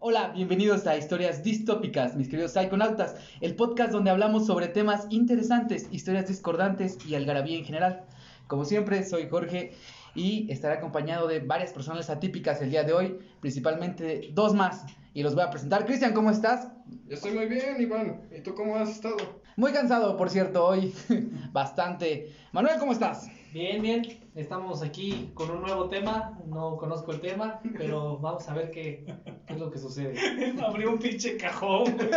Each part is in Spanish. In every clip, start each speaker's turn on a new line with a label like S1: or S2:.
S1: Hola, bienvenidos a Historias Distópicas, mis queridos psiconautas, el podcast donde hablamos sobre temas interesantes, historias discordantes y algarabía en general. Como siempre, soy Jorge y estaré acompañado de varias personas atípicas el día de hoy, principalmente dos más, y los voy a presentar. Cristian, ¿cómo estás?
S2: Yo estoy muy bien, Iván. ¿Y tú cómo has estado?
S1: Muy cansado, por cierto, hoy, bastante. Manuel, ¿cómo estás?
S3: Bien, bien, estamos aquí con un nuevo tema, no conozco el tema, pero vamos a ver qué, qué es lo que sucede.
S4: Abrió un pinche cajón. güey.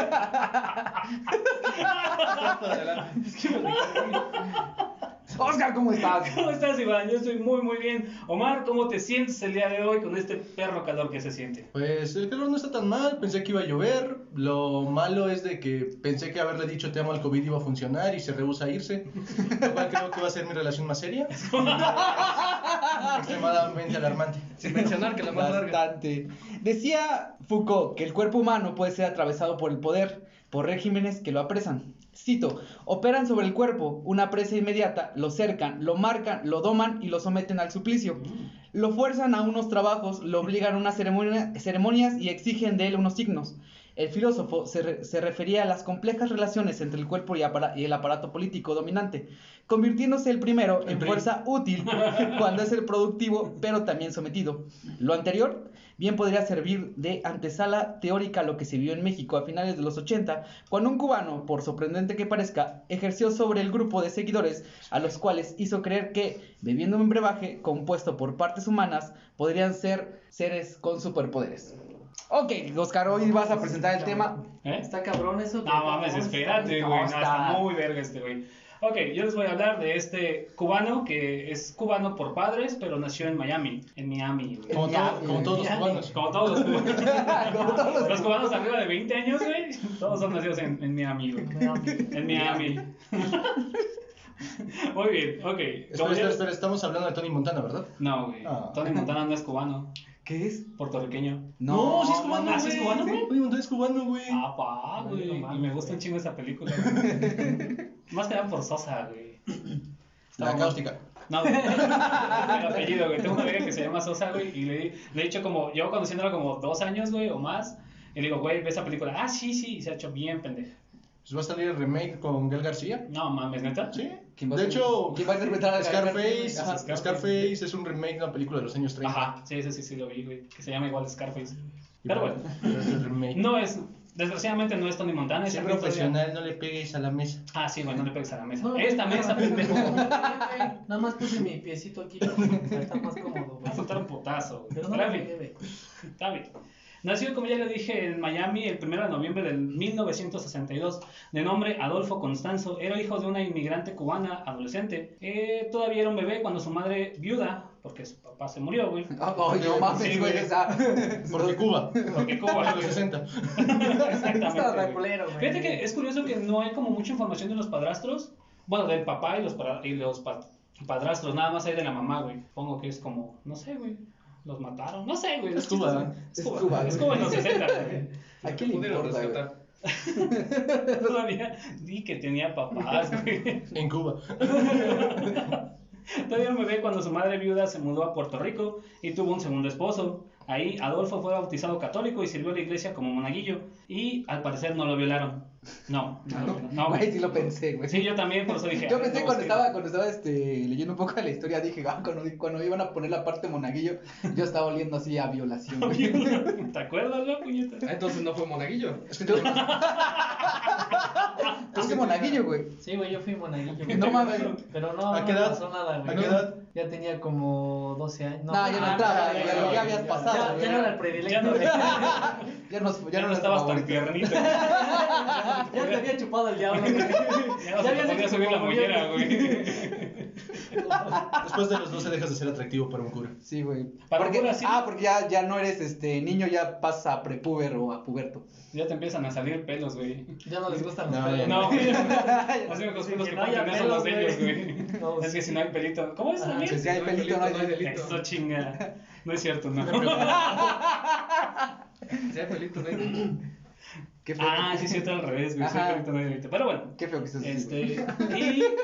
S1: Oscar, ¿cómo estás?
S4: ¿Cómo estás, Iván? Yo estoy muy, muy bien. Omar, ¿cómo te sientes el día de hoy con este perro calor que se siente?
S5: Pues el calor no está tan mal, pensé que iba a llover. Lo malo es de que pensé que haberle dicho te amo al COVID iba a funcionar y se rehúsa a irse. Lo cual creo que va a ser mi relación más seria. Extremadamente alarmante.
S2: Sin mencionar que la más larga.
S1: Bastante. Decía Foucault que el cuerpo humano puede ser atravesado por el poder, por regímenes que lo apresan. Cito, operan sobre el cuerpo, una presa inmediata, lo cercan, lo marcan, lo doman y lo someten al suplicio. Lo fuerzan a unos trabajos, lo obligan a unas ceremonia- ceremonias y exigen de él unos signos. El filósofo se, re- se refería a las complejas relaciones entre el cuerpo y, apara- y el aparato político dominante, convirtiéndose el primero en fuerza útil cuando es el productivo, pero también sometido. Lo anterior bien podría servir de antesala teórica a lo que se vio en México a finales de los 80, cuando un cubano, por sorprendente que parezca, ejerció sobre el grupo de seguidores a los cuales hizo creer que, bebiendo un brebaje compuesto por partes humanas, podrían ser seres con superpoderes. Ok, Oscar, hoy vas a presentar el tema.
S4: ¿Eh?
S3: Está cabrón eso. que
S4: No mames,
S3: acabamos,
S4: espérate,
S3: está-
S4: güey. No,
S3: está-
S4: está muy verga este güey. Ok, yo les voy a hablar de este cubano que es cubano por padres, pero nació en Miami. En Miami, güey.
S5: Como, todo- como todos los
S3: Miami.
S5: cubanos.
S4: Como todos los cubanos.
S1: Como todos los-
S4: Los cubanos arriba de 20 años, güey. Todos son nacidos en, en Miami, güey. En Miami. Muy bien, ok.
S5: Espera,
S4: Como ya-
S5: espera, espera, estamos hablando de Tony Montana, ¿verdad?
S4: No, güey.
S5: Ah.
S4: Tony Montana no es cubano,
S1: ¿Qué es?
S4: puertorriqueño.
S1: No,
S5: sí es cubano,
S4: no,
S5: güey.
S4: Ah, ¿sí es cubano, güey?
S5: Tony Montana es cubano, güey.
S4: Ah, pa, güey.
S3: no
S4: y
S3: mames,
S4: me gusta un chingo esa película. güey. Más que nada por Sosa, güey.
S5: La cáustica.
S4: No, güey. el apellido, güey. Tengo una amiga que se llama Sosa, güey. Y le, le he dicho como, llevo conociéndola como dos años, güey, o más. Y le digo, güey, ve esa película. Ah, sí, sí. Y se ha hecho bien pendeja.
S5: Pues va a salir el remake con Gael García.
S4: No mames, neta.
S5: Sí.
S1: ¿Quién va a
S5: De
S1: ser-
S5: hecho,
S1: quién va a interpretar a Gael
S5: Scarface,
S1: García? Ajá,
S5: Scarface
S4: Scarface.
S5: es un remake de una película de los años 30.
S4: Ajá, sí, sí, sí, sí, lo vi, güey. Que se llama igual Scarface.
S5: Y
S4: Pero
S5: bueno,
S4: bueno,
S5: pero es el remake.
S4: no es. Desgraciadamente no es Tony Montana. es
S5: Sé
S4: otra historia.
S5: profesional, no le pegues a la mesa.
S4: Ah, sí, güey, no le pegues a la mesa.
S3: No,
S4: Esta
S3: no,
S4: mesa,
S3: no, no,
S4: pendejo.
S3: no, güey. Nada más puse mi piecito aquí. o sea, Está más cómodo,
S4: Va a
S3: güey.
S4: soltar un putazo. güey.
S3: Pero no
S4: Está
S3: me
S4: bien,
S3: lleve.
S4: está bien. Nació, como ya le dije, en Miami el 1 de noviembre de 1962, de nombre Adolfo Constanzo. Era hijo de una inmigrante cubana adolescente. Eh, todavía era un bebé cuando su madre, viuda, porque su papá se murió, güey.
S1: Ah, no, no mames,
S4: Sí,
S1: güey.
S4: güey.
S1: o sea,
S5: Porque Cuba.
S4: Porque Cuba,
S5: A los 60.
S3: Está
S4: Exactamente.
S3: tan
S4: güey.
S3: culero, güey.
S4: Fíjate que es curioso que no hay como mucha información de los padrastros. Bueno, del papá y los, para- y los pa- padrastros. Nada más hay de la mamá, güey. Supongo que es como, no sé, güey. Los mataron. No sé, güey. los
S5: Es
S4: chistes,
S5: Cuba,
S4: güey.
S1: Es
S4: Es Cuba.
S1: Cuba,
S4: Es
S1: güey.
S4: Cuba en los 60, güey.
S1: ¿A quién le
S2: Pudieron
S1: importa, güey?
S2: rescatar.
S4: Todavía di que tenía papás, güey.
S5: En Cuba.
S4: Todavía me ve cuando su madre viuda se mudó a Puerto Rico y tuvo un segundo esposo. Ahí Adolfo fue bautizado católico y sirvió a la iglesia como monaguillo. Y al parecer no lo violaron. No, no, lo violaron. no.
S1: Güey, sí lo pensé, güey.
S4: Sí, yo también, por eso dije.
S1: Yo
S4: "Ah,
S1: pensé
S4: no,
S1: cuando
S4: sí".
S1: estaba, cuando estaba este, leyendo un poco de la historia, dije, ah, cuando, cuando iban a poner la parte monaguillo, yo estaba oliendo así a violación. güey.
S4: ¿Te acuerdas, la puñeta?
S2: Ah, entonces no fue monaguillo.
S5: Es que te-
S1: Tú sí monaguillo, güey.
S3: Sí, güey, yo fui monaguillo. güey.
S1: No mames.
S3: Pero no,
S5: ¿A
S3: no
S5: qué
S3: me
S5: edad?
S3: pasó nada, güey.
S5: ¿A qué edad?
S3: Ya tenía como 12 años.
S1: No, ya no
S3: ah,
S1: entraba, ya,
S3: ya, ya,
S1: ya,
S3: ya.
S1: habías
S3: Ya,
S1: pasado.
S3: ya no era el predilecto.
S4: Ya no-
S3: güey.
S1: Ya nos-
S4: Ya no
S1: nos
S4: estabas tan
S1: favorito.
S4: tiernito.
S3: Ya te había chupado el diablo. güey.
S4: Ya no se te
S3: habías
S4: podía
S3: hecho
S4: subir la
S3: como
S4: mollera,
S3: yo.
S4: güey.
S5: Después de los 12 dejas de ser atractivo para un cura.
S1: Sí, güey.
S4: Para
S1: Porque-
S4: pura, sí.
S1: Ah, porque ya, ya no eres este niño, ya pasas a prepuber o a puberto.
S4: Ya te empiezan a salir pelos, güey.
S3: Ya no les gustan los
S5: No,
S3: pelos.
S5: ya
S4: No, güey. Los únicos
S3: Sí,
S4: pelos
S3: que
S4: que
S3: no
S4: pueden
S3: haya
S4: tener son los de
S3: pelos,
S4: ellos, güey.
S3: No,
S4: Es que si no hay pelito. ¿Cómo es
S3: Ajá,
S4: también?
S1: Si hay pelito, no hay
S2: delito.
S4: Eso chinga. No es cierto, no.
S2: Si hay pelito, no hay delito.
S1: Qué feo.
S4: Ah, sí, cierto, al revés, güey. Soy
S1: Ajá.
S4: perrito, no negrito. Pero bueno.
S1: Qué feo que estás
S4: Este, y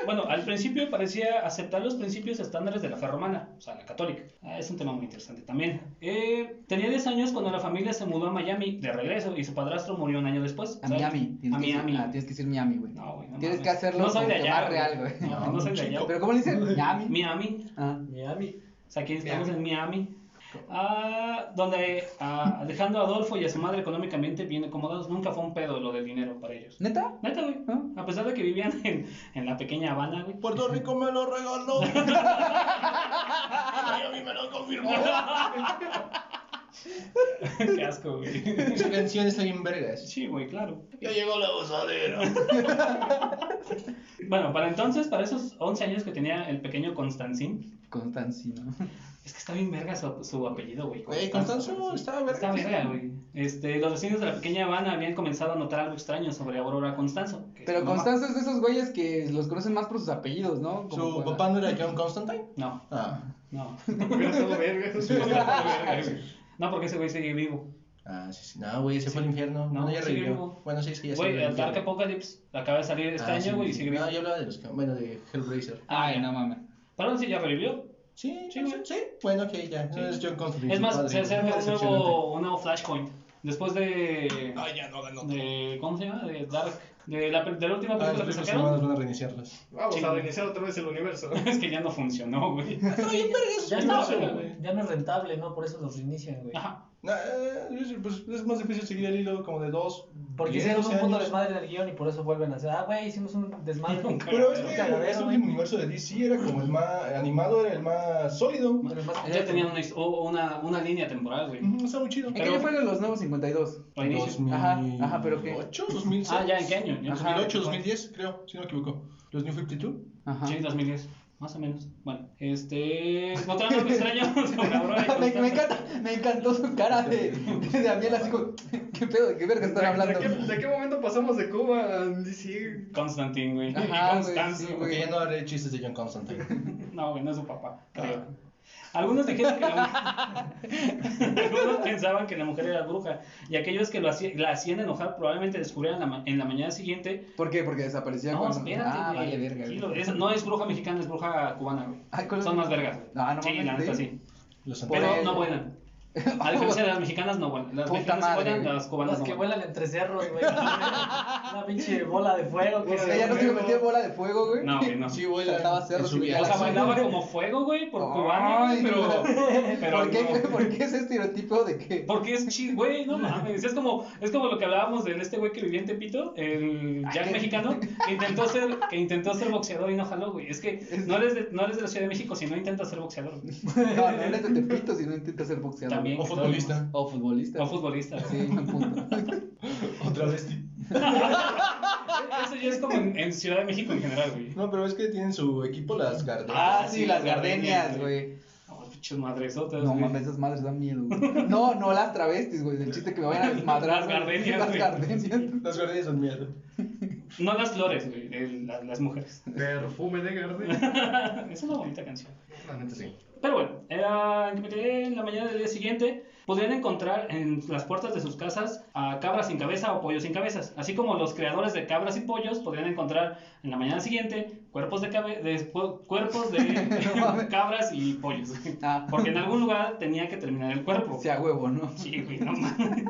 S4: bueno, al principio parecía aceptar los principios estándares de la fe romana, o sea, la católica. Ah, es un tema muy interesante también. Eh, tenía 10 años cuando la familia se mudó a Miami de regreso y su padrastro murió un año después.
S1: A
S4: ¿sabes?
S1: Miami. Tienes
S4: A
S1: que decir-
S4: Miami.
S1: ah, tienes que decir Miami, güey.
S4: No, güey, no
S1: Tienes que
S4: mames.
S1: hacerlo
S4: No soy
S1: como
S4: de
S1: que
S4: allá,
S1: más
S4: güey.
S1: real, güey.
S4: No, no soy de allá.
S1: Pero ¿cómo le dicen? Miami.
S4: Miami.
S1: Ah.
S3: Miami.
S4: O sea, aquí estamos en Miami. Ah, donde ah, dejando a Adolfo y a su madre económicamente bien acomodados, nunca fue un pedo lo del dinero para ellos.
S1: ¿Neta?
S4: Neta, güey.
S1: ¿Ah?
S4: A pesar de que vivían en, en la pequeña Habana, güey.
S5: Puerto Rico me lo regaló. Miami me lo confirmó.
S4: Qué asco, güey.
S5: Esa canción está bien vergas.
S4: Sí, güey, claro.
S5: Ya llegó la gozadera.
S4: Bueno, para entonces, para esos 11 años que tenía el pequeño Constancín,
S1: Constancino.
S4: es que está bien verga su, su apellido, güey.
S5: Güey, Constanzo, estaba verga.
S4: Está verga, güey. Este, los vecinos de la pequeña Habana habían comenzado a notar algo extraño sobre Aurora Constanzo. que
S1: Pero
S4: su mamá-
S1: Constanzo es de esos güeyes que los conocen más por sus apellidos, ¿no? Como
S5: ¿Su
S1: para-
S5: papá no era John Constantine?
S4: No,
S5: Ah.
S4: no.
S2: Hubiera estado verga.
S4: No, porque ese güey sigue vivo.
S5: Ah, sí, sí. No, güey, se fue al infierno.
S4: No,
S5: No, ya
S4: sigue
S5: revivió.
S4: vivo.
S5: Bueno, sí, sí, ya
S4: Güey,
S5: al
S4: el Dark Apocalypse acaba de salir este
S5: Ah, sí,
S4: año, güey, y
S5: sí.
S4: sigue vivo.
S5: No, yo hablaba de los. Bueno, de Hellraiser.
S1: Ay, no mames.
S4: Pero sí, ya revivió.
S5: Sí,
S4: Sí,
S5: sí,
S4: güey.
S5: sí. Bueno, ok, ya. No es John Constantine.
S4: Es más,
S5: padre.
S4: se acerca un
S5: Decepcionante.
S4: nuevo, un nuevo Flashpoint. Después de.
S5: Ah, ya no ganó.
S4: de ¿Cómo se llama? De Dark. De la, de la última
S5: Ah,
S4: película que
S5: los próximos
S4: sacaron.
S5: humanos van a reiniciarlas.
S2: Vamos
S4: Chingo.
S2: a reiniciar otra vez el universo.
S4: Es que ya no funcionó, güey.
S3: Ya,
S4: no,
S3: no,
S4: güey.
S3: ya no es rentable, ¿no? Por eso los reinician, güey.
S4: Ajá.
S5: No, eh, pues es más difícil seguir el hilo como de dos.
S3: Porque
S5: diez,
S3: hicieron un
S5: doce
S3: puto
S5: años.
S3: desmadre del guión y por eso vuelven a hacer. Ah, güey, hicimos un desmadre.
S4: Un
S5: Pero es
S3: Un
S5: que
S3: cagadero,
S5: este
S3: güey.
S5: último universo de DC era como el más animado, era el más sólido.
S3: Pero es más-
S4: Ya tenían una, his- o- una, una línea temporal, güey.
S5: Ujú, Está muy chido.
S1: ¿En
S4: Pero-
S1: qué año fueron los nuevos 52?
S4: Al inicio.
S5: 2008,
S1: Ajá, ajá, pero ¿qué?
S5: 2006.
S4: Ah, ya, ¿en qué año? Ya.
S1: Ajá.
S5: 2008, 2010, creo, si no me equivoco. Los New 52.
S1: Ajá.
S4: Sí, 2010. Más o menos. Bueno, este. Notaron algo extraño sobre Aurora y
S1: Me, me
S4: Constanza.
S1: encanta, me encantó su cara de, de Daniel así como, ¿qué pedo? ¿De qué verga están
S2: ¿De-
S1: hablando?
S2: ¿De qué, de qué momento pasamos de Cuba a DC?
S4: Constantín, güey.
S1: Ajá,
S4: y
S1: güey,
S4: Constanzo.
S1: sí, güey.
S5: Porque ya no haré chistes de John Constantine.
S4: No, güey, no es su papá, creo.
S5: Ah.
S4: Algunos dijeron que la mujer... Algunos pensaban que la mujer era bruja y aquellos que lo hacía- la hacían enojar probablemente descubrieron la ma- en la mañana siguiente.
S1: ¿Por qué? Porque desaparecía
S4: No,
S1: cuando-
S4: espérate,
S1: Ah,
S4: güey.
S1: vale, verga. güey.
S4: Sí, lo- es- no es bruja mexicana, es bruja cubana, güey.
S1: Ay, ¿cuál es?
S4: Son más vergas. güey.
S1: Ah, no
S4: sí,
S1: mames,
S4: la neta
S1: ¿sí?
S4: sí.
S5: Los
S1: Por
S4: Pero
S1: el-
S4: no vuelan. A diferencia de las mexicanas no vuelan. Las
S1: Puta
S4: mexicanas sí
S1: madre,
S4: vuelan,
S1: güey.
S4: las cubanas
S3: Las
S4: no
S3: que
S4: vuelan.
S3: vuelan entre cerros, güey. Una pinche bola de fuego. Que
S2: Bola
S1: Es
S3: se
S1: que ya no se
S2: Pero-
S1: metía bola de fuego, güey.
S4: No, güey, no.
S5: Sí, güey.
S1: Saltaba cerros y
S4: O
S1: a
S4: sea,
S1: la-
S4: bailaba como fuego, güey, por
S1: Ay,
S4: cubano, güey, pero... pero
S1: ¿Por, qué,
S4: no.
S1: ¿Por qué ese estereotipo de que.?
S4: Porque es chis, güey, no mames. Es como, es como lo que hablábamos del este güey que vivía en Tepito, el Jack
S1: ¿qué?
S4: mexicano, que intentó ser, que intentó ser boxeador y no jaló, güey. Es que no eres de, no eres de la Ciudad de México si no intentas ser boxeador. güey.
S1: No, no eres de Tepito si no intentas ser boxeador.
S4: También.
S5: O
S4: que
S5: futbolista.
S1: O futbolista.
S4: O futbolista. güey.
S1: Sí, un punto.
S5: Otra vez. ti-
S4: Eso ya es como en, en Ciudad de México en general, güey.
S5: No, pero es que tienen su equipo las Gardenias.
S1: Ah, sí, las gardenias, güey.
S4: No, pinches madresotas,
S1: No
S4: güey.
S1: mames, esas madres dan miedo. güey. No, no las travestis, güey. Del chiste que me vayan a desmadrar.
S4: Las
S1: güey.
S4: gardenias,
S1: Las
S4: güey.
S1: gardenias.
S5: Las Gardenias son miedo.
S4: No las flores, güey, el- la- las mujeres.
S2: Perfume de Gardenia.
S4: Es una bonita canción.
S2: La neta sí.
S4: Pero bueno, era que me quedé en la mañana del día siguiente. Podrían encontrar en las puertas de sus casas a cabras sin cabeza o pollos sin cabezas. Así como los creadores de cabras y pollos podrían encontrar en la mañana siguiente cuerpos de, cabe- de cu- cuerpos de cabras y pollos.
S1: Ah.
S4: Porque en algún lugar tenía que terminar el cuerpo.
S1: Sea huevo, ¿no?
S4: Sí, güey, no mames.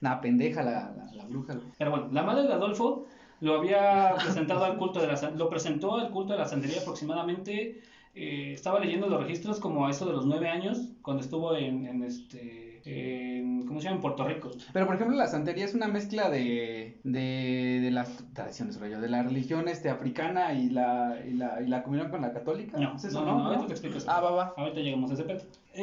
S1: Nah, pendeja la, la, la bruja. güey.
S4: Pero bueno, la madre de Adolfo lo había presentado al culto de la san- lo presentó al culto de la santería aproximadamente eh, estaba leyendo los registros como a eso de los nueve años cuando estuvo en, en este en- cómo se llama en Puerto Rico
S1: Pero, por ejemplo, la santería es una mezcla de, de, de las tradiciones, rollo, de la religión este, africana y la, y la, y la comunión con la católica.
S4: No,
S1: ¿Es eso,
S4: no, no, ahorita te explico eso.
S1: Ah, va, va.
S4: ahorita llegamos a ese pedo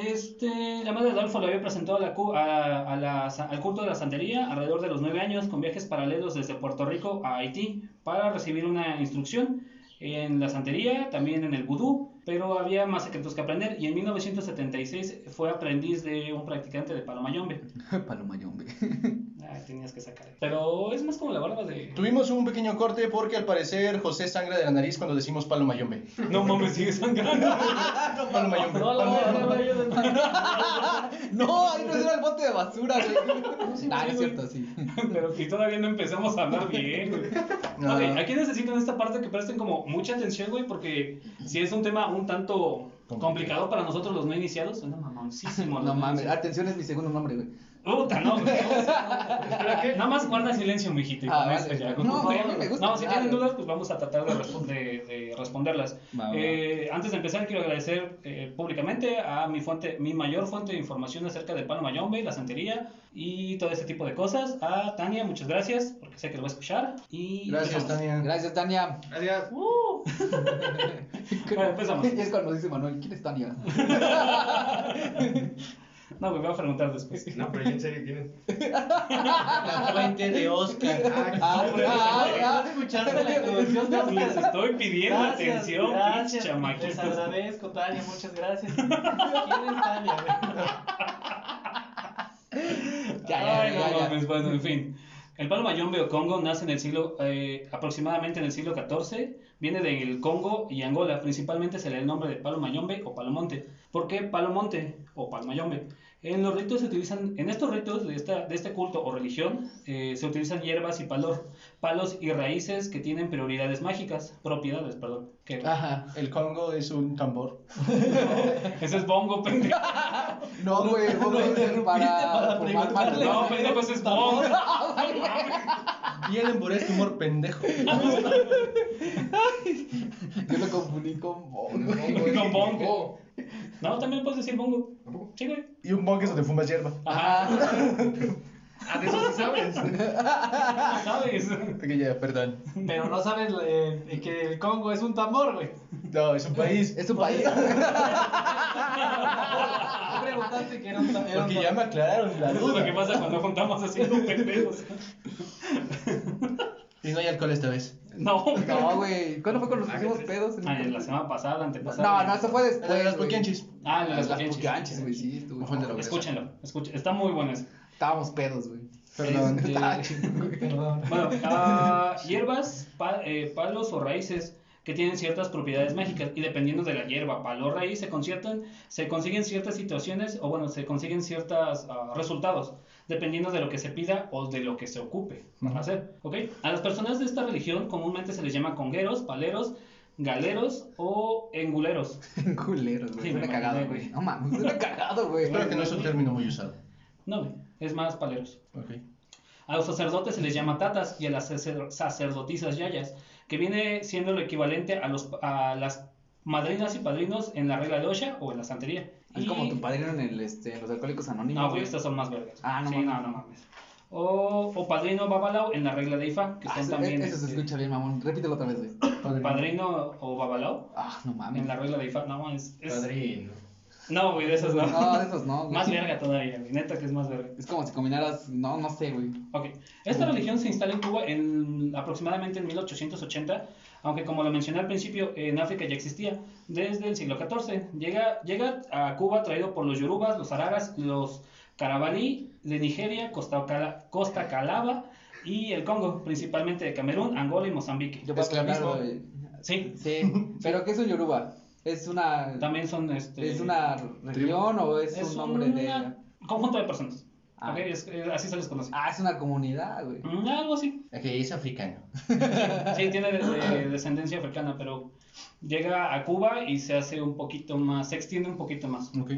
S4: este la madre de Adolfo lo había presentado a la cu- a- a la sa- al culto de la santería alrededor de los nueve años con viajes paralelos desde Puerto Rico a Haití para recibir una instrucción en la santería, también en el vudú, pero había más secretos que aprender y en 1976 fue aprendiz de un practicante de palomayombe.
S1: Paloma Yombe.
S4: Ah, ah, tenías que sacar. Pero es más como la barba de.
S5: Tuvimos un pequeño corte porque al parecer José sangra de la nariz cuando decimos palo mayombe.
S4: No mames, sigue sangrando.
S5: Palo mayombe.
S3: No, la barba, yo
S1: No, ahí no era el bote de basura, güey.
S3: sí,
S1: Ah, no
S3: sí,
S1: es
S3: güey.
S1: cierto, sí.
S4: Pero que todavía no empezamos a hablar bien, güey.
S5: No.
S4: Ok, aquí necesitan esta parte que presten como mucha atención, güey, porque si es un tema un tanto
S5: Complicado.
S4: complicado para nosotros los no iniciados, suena mamoncísimo. los
S1: No mames,
S4: iniciados.
S1: atención es mi segundo nombre, güey.
S4: Puta, no, güey.
S2: ¿Para qué?
S4: Nada más guarda silencio, mijito. y
S1: Ah,
S4: con
S1: vale.
S4: esto ya,
S1: No,
S4: con tu
S1: güey, a
S4: favor.
S1: mí me gusta
S4: No, si
S1: hablar,
S4: tienen
S1: güey.
S4: dudas, pues vamos a tratar de, respon- de- de responderlas.
S1: Va, va,
S4: Eh, antes de empezar, quiero agradecer eh, públicamente a mi fuente, mi mayor fuente de información acerca del Palo Mayombe, la santería y todo ese tipo de cosas. A Tania, muchas gracias, porque sé que lo va a escuchar. Y
S5: Gracias,
S4: empezamos.
S5: Tania.
S1: Gracias, Tania.
S2: Adiós.
S4: Uh. Bueno, empezamos.
S1: Y es cuando dice Manuel, ¿quién es Tania?
S4: No, me voy a preguntar después.
S2: No, pero ya en serio, ¿quién es?
S5: La fuente de Oscar.
S1: Ah,
S2: güey,
S1: ah,
S2: güey.
S1: ah.
S3: escucharon la introducción de Oscar.
S4: Les estoy pidiendo atención, pinches
S3: Les
S4: chamaquitos.
S3: agradezco, Tania, muchas gracias. ¿Quién es Tania? güey?
S1: Ya, ya,
S4: Ay, no
S1: ya, ya.
S4: mames, bueno, en fin. El palo mayombe o Congo nace en el siglo, eh, aproximadamente en el siglo XIV, viene del Congo y Angola, principalmente se le da el nombre de palo mayombe o palomonte. ¿Por qué palomonte o palmayombe? En los ritos se utilizan, en estos ritos de, esta, de este culto o religión, eh, se utilizan hierbas y palor, palos y raíces que tienen prioridades mágicas, propiedades, perdón. Que,
S1: Ajá.
S5: El Congo es un tambor.
S4: Ese es bongo, pendejo.
S1: No, güey, vos lo dices para
S3: para
S1: formar
S3: preguntarle.
S1: manos.
S4: No, pendejo, ese es bongo. No mames.
S5: Bien emburé tu humor pendejo.
S1: Yo lo confundí con vos.
S4: Con bongo. No, también puedes decir bongo. Sí, güey.
S5: Y un bongo que se te fumas hierba.
S1: Ajá.
S2: Ah, de eso sí sabes.
S4: Ah, ¿Sabes?
S5: Ok, ya, perdón.
S3: Pero no sabes eh, que el Congo es un tambor, güey.
S5: No, es un país.
S1: Es un país.
S3: Tú preguntaste que era un tambor.
S5: Porque ya me aclararon la
S4: Eso es lo que
S5: duda.
S4: pasa cuando juntamos así los pendejos.
S5: Y no hay alcohol esta vez.
S4: No,
S1: No, güey. ¿Cuándo fue cuando nos
S2: Ah,
S1: pusimos
S2: qué triste.
S1: pedos? en
S4: Ay,
S1: el-
S4: la semana pasada, antepasada.
S1: No, no, eso fue después.
S5: Las
S1: güey.
S5: poquianchis.
S4: Ah, la de
S1: Las
S4: las
S1: poquianchis,
S4: poquianchis,
S1: güey, sí. estuvo-
S5: Ojo, el de la obresa.
S4: Escúchenlo, escúchenlo. Está muy bueno ese.
S1: Estábamos pedos, güey.
S5: Perdón.
S3: Este, Perdón.
S4: Bueno, ah, hierbas, pa- eh, palos o raíces que tienen ciertas propiedades mágicas y dependiendo de la hierba, palo o raíz, se, conciertan, se consiguen ciertas situaciones o bueno, se consiguen ciertos resultados dependiendo de lo que se pida o de lo que se ocupe para hacer. ¿ok? A las personas de esta religión comúnmente se les llama congueros, paleros, galeros o enguleros.
S1: Culeros, güey.
S4: Sí,
S1: Suena
S4: me
S1: cagado,
S4: imaginé,
S1: güey.
S4: güey.
S1: No mames, suena cagado, güey.
S5: Espero que no es un término muy usado.
S4: No, güey, es más paleros.
S5: Ok.
S4: A los sacerdotes se les llama tatas y a las sacer- sacerdotisas yayas, que viene siendo lo equivalente a, los, a las madrinas y padrinos en la regla de Osha o en la santería.
S1: Es
S4: Y-
S1: como tu padrino en el, este, en los alcohólicos anónimos.
S4: No, güey, estas son más vergas.
S1: Ah, no
S4: Sí,
S1: mames.
S4: no, no mames. O, o padrino babalao en la regla de Ifa, que
S1: Ah,
S4: son
S1: eso,
S4: también.
S1: eso se
S4: este,
S1: escucha bien, mamón. Repítelo otra vez, güey.
S4: Padrino o babalao
S1: Ah, no mames.
S4: en la regla de Ifa, no, es. es-
S2: Padrino.
S4: No, güey, de esas no.
S1: No, de esos no, güey.
S4: más verga todavía, güey, neta que es más verga.
S1: Es como si combinaras. No, no sé, güey.
S4: Ok. Esta religión se instala en Cuba en aproximadamente en 1880, aunque como lo mencioné al principio, en África ya existía desde el siglo XIV. Llega, llega a Cuba traído por los yorubas, los aragas, los carabalí de Nigeria, Costa, Cala- Costa Calaba y el Congo, principalmente de Camerún, Angola y Mozambique.
S1: Yo puedo hablar,
S5: Esclavismo.
S1: güey.
S4: Sí,
S1: Sí. ¿Pero qué es un Yoruba? ¿Es una.
S4: también son este
S1: ¿Es una región o es,
S4: es
S1: un nombre de.?
S4: una- conjunto de personas.
S1: Ah.
S4: Ok, es- es- así se les conoce.
S1: Ah, es una comunidad, güey.
S4: Mm, Algo así.
S5: Ok, es africano.
S4: Sí, tiene de- de- descendencia africana, pero llega a Cuba y se hace un poquito más, se extiende un poquito más.
S5: Ok.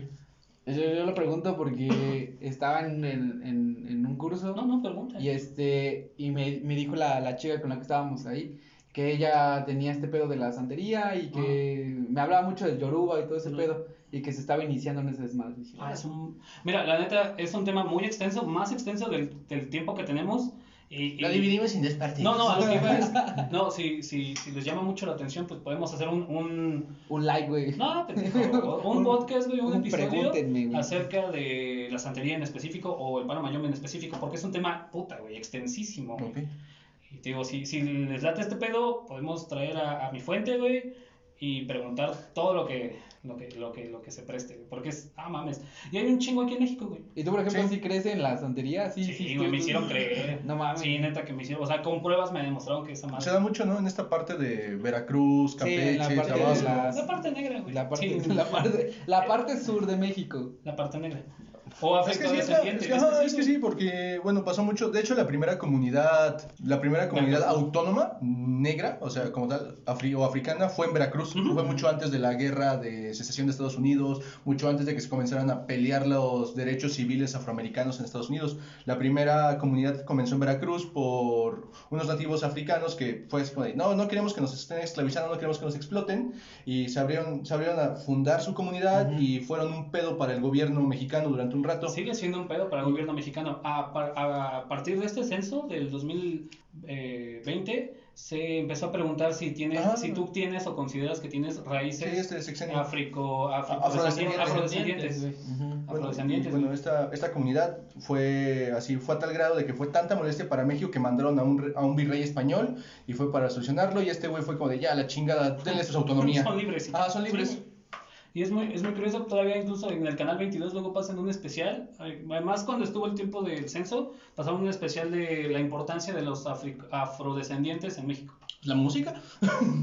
S1: Yo, yo lo pregunto porque estaba en, el- en, en un curso
S4: No, no, pregunta.
S1: y este y me, me dijo la, la chica con la que estábamos ahí que ella tenía este pedo de la santería y que me hablaba mucho del yoruba y todo ese
S4: Ujú.
S1: pedo y que se estaba iniciando en ese desmadre. Dije,
S4: Ah, es un- Mira, la neta es un tema muy extenso, más extenso del, del tiempo que tenemos. Y, y-
S5: Lo dividimos en dos partes.
S4: No, no, a lo que iba es- No, si, si, si les llama mucho la atención, pues podemos hacer un. un...
S1: Un like, güey.
S4: No, pendejo, un podcast, güey, un,
S1: un
S4: episodio
S1: pregúntenme, güey.
S4: acerca de la santería en específico o el palo mayombe en específico, porque es un tema, puta, güey, extensísimo. güey.
S5: Ok.
S4: Y te digo, si, si les late este pedo, podemos traer a, a mi fuente, güey, y preguntar todo lo que, lo que, lo que, lo que se preste, güey, porque es, ah, mames. Y hay un chingo aquí en México, güey.
S1: ¿Y tú, por ejemplo,
S5: Sí.
S1: si crees en la santería? Sí,
S4: Sí,
S1: sí,
S4: güey,
S1: tú-
S4: me
S1: tú-
S4: hicieron creer.
S1: No mames.
S4: Sí, neta que me hicieron, o sea, con pruebas me demostraron que esa madre.
S5: Se da mucho, ¿no? En esta parte de Veracruz,
S1: Sí, en
S5: Campeche,
S1: la parte de
S5: Tabasco.
S1: la-
S4: La parte negra, güey.
S1: La parte,
S4: Sí,
S1: la, parte, la parte sur de México.
S4: la parte negra. O
S5: Es que
S4: afecto
S5: sí, es, la-
S4: descendiente.
S5: es que- ajá, es que sí, porque, bueno, pasó mucho. De hecho, la primera comunidad, la primera comunidad
S4: Veracruz.
S5: autónoma negra, o sea, como tal, afri- o africana, fue en Veracruz. Fue mucho antes de la guerra de secesión de Estados Unidos, mucho antes de que se comenzaran a pelear los derechos civiles afroamericanos en Estados Unidos. La primera comunidad comenzó en Veracruz por unos nativos africanos que fue así como de, no, no queremos que nos estén esclavizando, no queremos que nos exploten. Y se abrieron, se abrieron a fundar su comunidad y fueron un pedo para el gobierno mexicano durante un rato.
S4: Sigue siendo un pedo para el gobierno mexicano. A, par- a partir de este censo del 2020 se empezó a preguntar si tienes,
S5: Ah.
S4: si tú tienes o consideras que tienes
S5: Sí,
S4: raíces
S5: este sexenio.
S4: africo, afro-
S5: Afrodescendientes.
S4: afrodescendientes. güey.
S5: Bueno, y,
S4: Afrodescendientes,
S5: bueno,
S4: güey.
S5: esta, esta comunidad fue así, fue a tal grado de que fue tanta molestia para México que mandaron a un, re- a un virrey español y fue para solucionarlo y este güey fue como de ya, la chingada, denle su autonomía.
S4: Son libres. sí.
S5: Ah, son libres.
S4: Sí, güey. Y es muy, es muy curioso, todavía incluso en el canal 22 luego pasan un especial, eh, además cuando estuvo el tiempo del censo, pasaron un especial de la importancia de los afri- afrodescendientes en México.
S5: La música.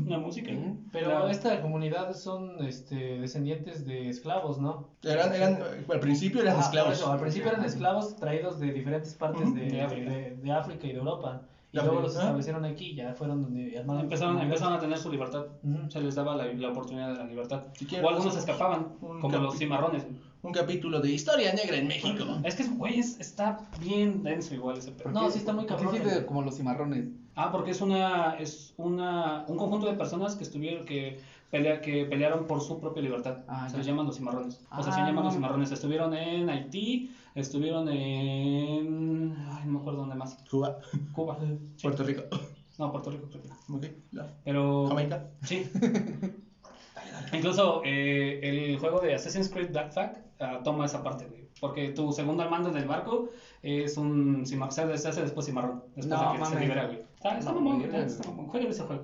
S4: La música.
S5: Mm.
S3: Pero
S4: La-
S3: esta comunidad son este, descendientes de esclavos, ¿no?
S5: Eran, eran, eh, al principio eran
S3: Ah,
S5: esclavos.
S3: por eso, al principio eran esclavos traídos de diferentes partes
S5: Ujú.
S3: de,
S4: De África.
S3: de- de África y de Europa. Y
S5: De
S3: luego
S5: África,
S3: los
S5: ah.
S3: establecieron aquí, y ya fueron donde armaron
S4: Empezaron,
S3: comunidades.
S4: empezaron a tener su libertad.
S3: Ujú.
S4: Se les daba la, la oportunidad de la libertad.
S5: Si quieres,
S4: o algunos escapaban,
S5: un
S4: como los
S5: capi-
S4: cimarrones.
S5: Un capítulo de historia negra en México.
S4: Es que, güey, es- está bien denso igual ese pedo.
S3: No,
S1: ¿Por qué-
S3: sí está muy
S1: por qué
S3: cabrón,
S1: hiciste
S3: güey.
S1: como los cimarrones.
S4: Ah, porque es una es una un conjunto de personas que estuvieron que pelea, que pelearon por su propia libertad.
S1: Ah,
S4: se
S1: ya.
S4: les llaman los cimarrones. O sea,
S1: Ah,
S4: se llaman los
S1: no.
S4: cimarrones. Estuvieron en Haití, estuvieron en ay, no me acuerdo dónde más.
S5: Cuba,
S4: Cuba. Sí.
S5: Puerto Rico.
S4: No, Puerto Rico creo que no.
S5: Ok, la-
S4: Pero
S5: Jamaica.
S4: Sí. Incluso eh, el juego de Assassin's Creed Black Flag ah, toma esa parte, güey. Porque tu segundo al mando en el barco es un cimarrón. Se hace después cimarrón. Después
S1: No,
S4: de que se
S1: mames.
S4: libera, güey. Está, está
S1: No,
S4: mamón,
S1: güey,
S4: güey,
S1: eres-
S4: está mamón. Jueguen ese juego.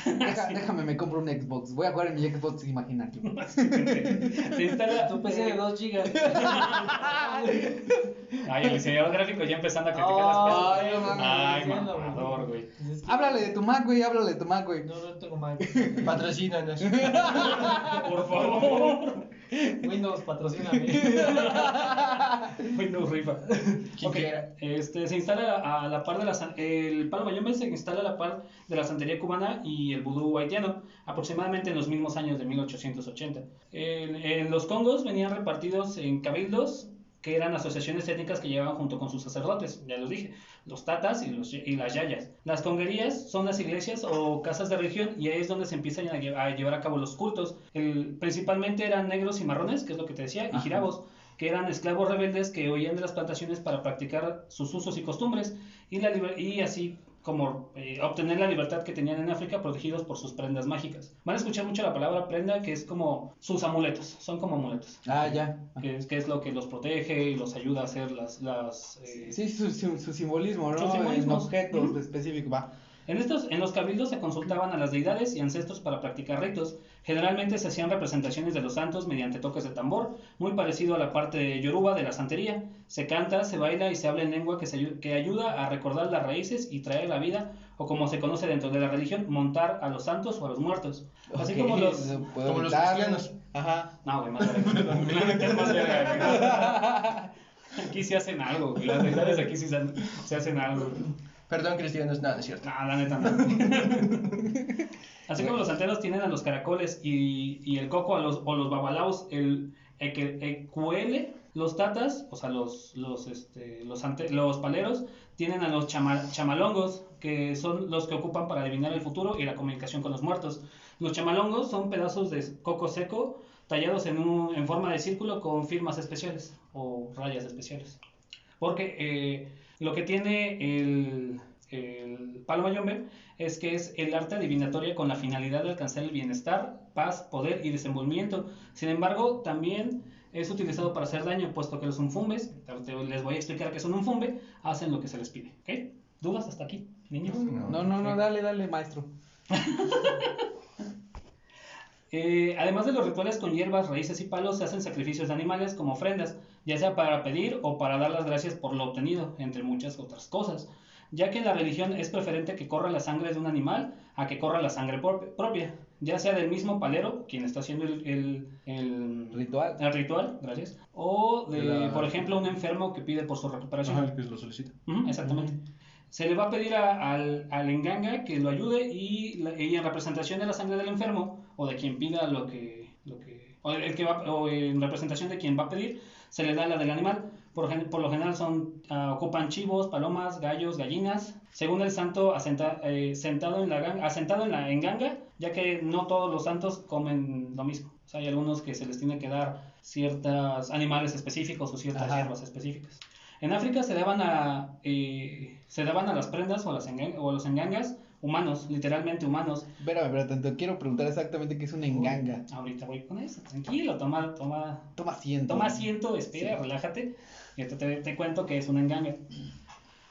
S1: Deja- Déjame, me compro un Xbox. Voy a jugar en mi Xbox imaginario.
S4: Se instala
S3: Tu PC de 2 gigas.
S4: Ay, el diseñador gráfico ya empezando a criticar las
S3: Ay,
S4: cosas.
S1: no mames,
S4: Ay,
S3: entiendo, güey.
S4: mamador, güey.
S3: Es que-
S1: háblale de tu Mac, güey. Háblale de tu Mac, güey.
S3: No, no tengo mal.
S5: Patrocínanos.
S1: Ah.
S4: Por favor.
S3: Windows, patrocíname.
S4: Windows rifa.
S5: Quien
S4: Ok,
S5: quiera.
S4: Este, se instala a la par de la san- el palo mayombe se instala a la par de la santería cubana y el vudú haitiano, aproximadamente en los mismos años de 1880. En, en los congos venían repartidos en cabildos que eran asociaciones étnicas que llevaban junto con sus sacerdotes, ya los dije, los tatas y, los, y las yayas. Las conguerías son las iglesias o casas de religión y ahí es donde se empiezan a, lle- a llevar a cabo los cultos. El- principalmente eran negros y marrones, que es lo que te decía, y
S1: Ajá.
S4: jirabos que eran esclavos rebeldes que huían de las plantaciones para practicar sus usos y costumbres y, la liber- y así como eh, obtener la libertad que tenían en África protegidos por sus prendas mágicas. Van a escuchar mucho la palabra prenda que es como sus amuletos, son como amuletos,
S1: Ah, ya.
S4: que es, que es lo que los protege y los ayuda a hacer las... las eh,
S1: Sí, su, su, su simbolismo, ¿no?
S4: Su simbolismo.
S1: En objetos
S4: Ujú.
S1: específicos. Va.
S4: En, estos, en los cabildos se consultaban a las deidades y ancestros para practicar ritos. Generalmente se hacían representaciones de los santos mediante toques de tambor, muy parecido a la parte de yoruba de la santería. Se canta, se baila y se habla en lengua que, se ayu- que ayuda a recordar las raíces y traer la vida, o como se conoce dentro de la religión, montar a los santos o a los muertos. Así
S1: Ok,
S4: como los...
S1: lo puedo
S5: como los
S1: evitar.
S5: cristianos.
S1: Ajá.
S4: No, güey, más verga. La neta es más verga, güey. Aquí sí hacen algo, güey. Las deidades aquí sí se han- se hacen algo. güey.
S5: Perdón, cristianos, nada, es cierto.
S4: No, Ah, la neta no. Así como los santeros tienen a los caracoles y, y el coco a los, o los babalaos, el eque- ecuele, los tatas, o sea, los, los, este, los, ante- los paleros, tienen a los chama- chamalongos, que son los que ocupan para adivinar el futuro y la comunicación con los muertos. Los chamalongos son pedazos de coco seco tallados en, un- en forma de círculo con firmas especiales o rayas especiales. Porque eh, lo que tiene el, el palo mayombe es que es el arte adivinatoria con la finalidad de alcanzar el bienestar, paz, poder y desenvolvimiento. Sin embargo, también es utilizado para hacer daño, puesto que los unfumbes, ahorita les voy a explicar que son un fumbe, hacen lo que se les pide. ¿Ok? ¿Dudas hasta aquí, niños?
S5: No.
S1: No, no, no, dale, dale, maestro.
S4: Eh, además de los rituales con hierbas, raíces y palos, se hacen sacrificios de animales como ofrendas, ya sea para pedir o para dar las gracias por lo obtenido, entre muchas otras cosas, ya que en la religión es preferente que corra la sangre de un animal a que corra la sangre por- propia, ya sea del mismo palero, quien está haciendo el, el- el-
S1: Ritual.
S4: el ritual, gracias, o de,
S5: De la-
S4: por ejemplo, un enfermo que pide por su recuperación.
S5: Ajá, el que lo solicita.
S4: Ujú, exactamente. Se le va a pedir a- al, al enganga que lo ayude y, la- y en representación de la sangre del enfermo o de quien pida lo que... Lo que o, el que va, o en representación de quien va a pedir, se le da la del animal. Por, gen- por lo general son ah, ocupan chivos, palomas, gallos, gallinas. Según el santo asenta- eh, sentado en la gan- asentado en la enganga, ya que no todos los santos comen lo mismo. O sea, hay algunos que se les tiene que dar ciertos animales específicos o ciertas
S1: Ajá.
S4: hierbas específicas. En África se daban a, eh, se daban a las prendas o a, las engan- o a los engangas humanos, literalmente humanos.
S1: Espérame, pero te, te quiero preguntar exactamente qué es una enganga.
S4: Ahorita voy con eso, tranquilo, toma, toma,
S1: Toma asiento.
S4: toma asiento, espera, relájate. Y ahorita te, te cuento que es una enganga.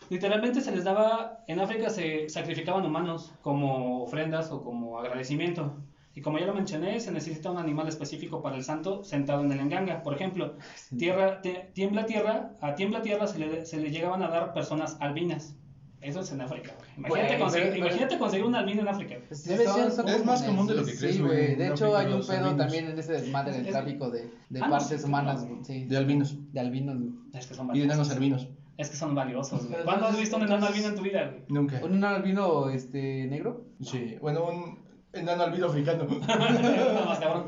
S4: Literalmente se les daba, en África se sacrificaban humanos como ofrendas o como agradecimiento. Y como ya lo mencioné, se necesita un animal específico para el santo sentado en el enganga. Por ejemplo, tierra, te- tiembla tierra, a tiembla tierra se le, se le llegaban a dar personas albinas. Eso es en África. güey. Imagínate,
S1: Güey,
S4: conseguir,
S1: pero- pero-
S4: imagínate conseguir un albino en África.
S1: Sí,
S5: Debe
S1: son-
S5: ser-
S1: son
S5: es más común de lo que
S1: sí,
S5: crees,
S1: Sí,
S5: güey,
S1: güey.
S5: en
S1: De hecho,
S5: África
S1: hay un
S5: los
S1: pedo
S5: albinos.
S1: también en ese desmadre del
S4: Es-
S1: tráfico de, de
S4: Ah, no,
S1: partes
S4: sí,
S1: humanas,
S4: claro.
S1: güey, sí.
S5: De albinos.
S1: De albinos, güey.
S4: Es que son
S5: Y de
S4: valiosos.
S5: enanos albinos.
S4: Es que son valiosos. güey.
S3: Pero
S4: ¿Cuándo has
S3: entonces-
S4: visto un enano
S3: entonces-
S4: albino en tu vida? güey?
S5: Nunca.
S1: ¿Un albino este, negro?
S5: Sí. Bueno, un enano albino africano.
S4: No, más cabrón.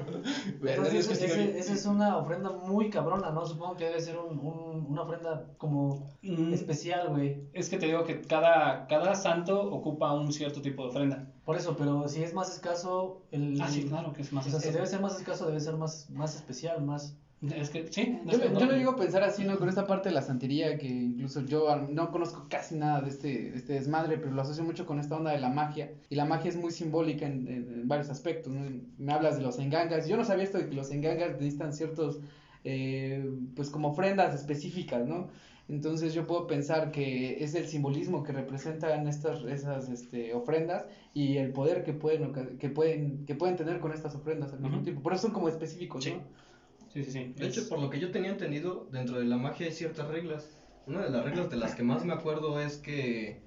S5: Verga, Dios,
S3: Entonces, ese-
S5: que estoy-
S3: esa es una ofrenda muy cabrona, ¿no? Supongo que debe ser un- un- una ofrenda como
S4: Mm,
S3: especial, güey.
S4: Es que te digo que cada, cada santo ocupa un cierto tipo de ofrenda.
S3: Por eso, pero si es más escaso, el.
S4: Ah, sí, claro que es
S3: O
S4: más.
S3: sea, si
S4: es-
S3: debe ser más escaso, debe ser más, más especial, más.
S4: es que, sí.
S1: Yo,
S4: es que
S1: le-
S4: no-
S1: yo le digo pensar así, ¿no? Con esta parte de la santería, que incluso yo ah, no conozco casi nada de este, de este desmadre, pero lo asocio mucho con esta onda de la magia. Y la magia es muy simbólica en, en- en varios aspectos, ¿no? Me hablas de los engangas. Yo no sabía esto de que los engangas necesitan ciertos, eh, pues como ofrendas específicas, ¿no? Entonces yo puedo pensar que es el simbolismo que representan estas esas este, ofrendas y el poder que pueden, oca- que pueden que pueden tener con estas ofrendas al mismo
S4: Ujú.
S1: tiempo. Por eso son como específicos,
S4: Sí.
S1: ¿no?
S4: Sí, sí, sí.
S2: De hecho,
S4: Es-
S2: por lo que yo tenía entendido, dentro de la magia hay ciertas reglas. Una de las reglas de las que más me acuerdo es que,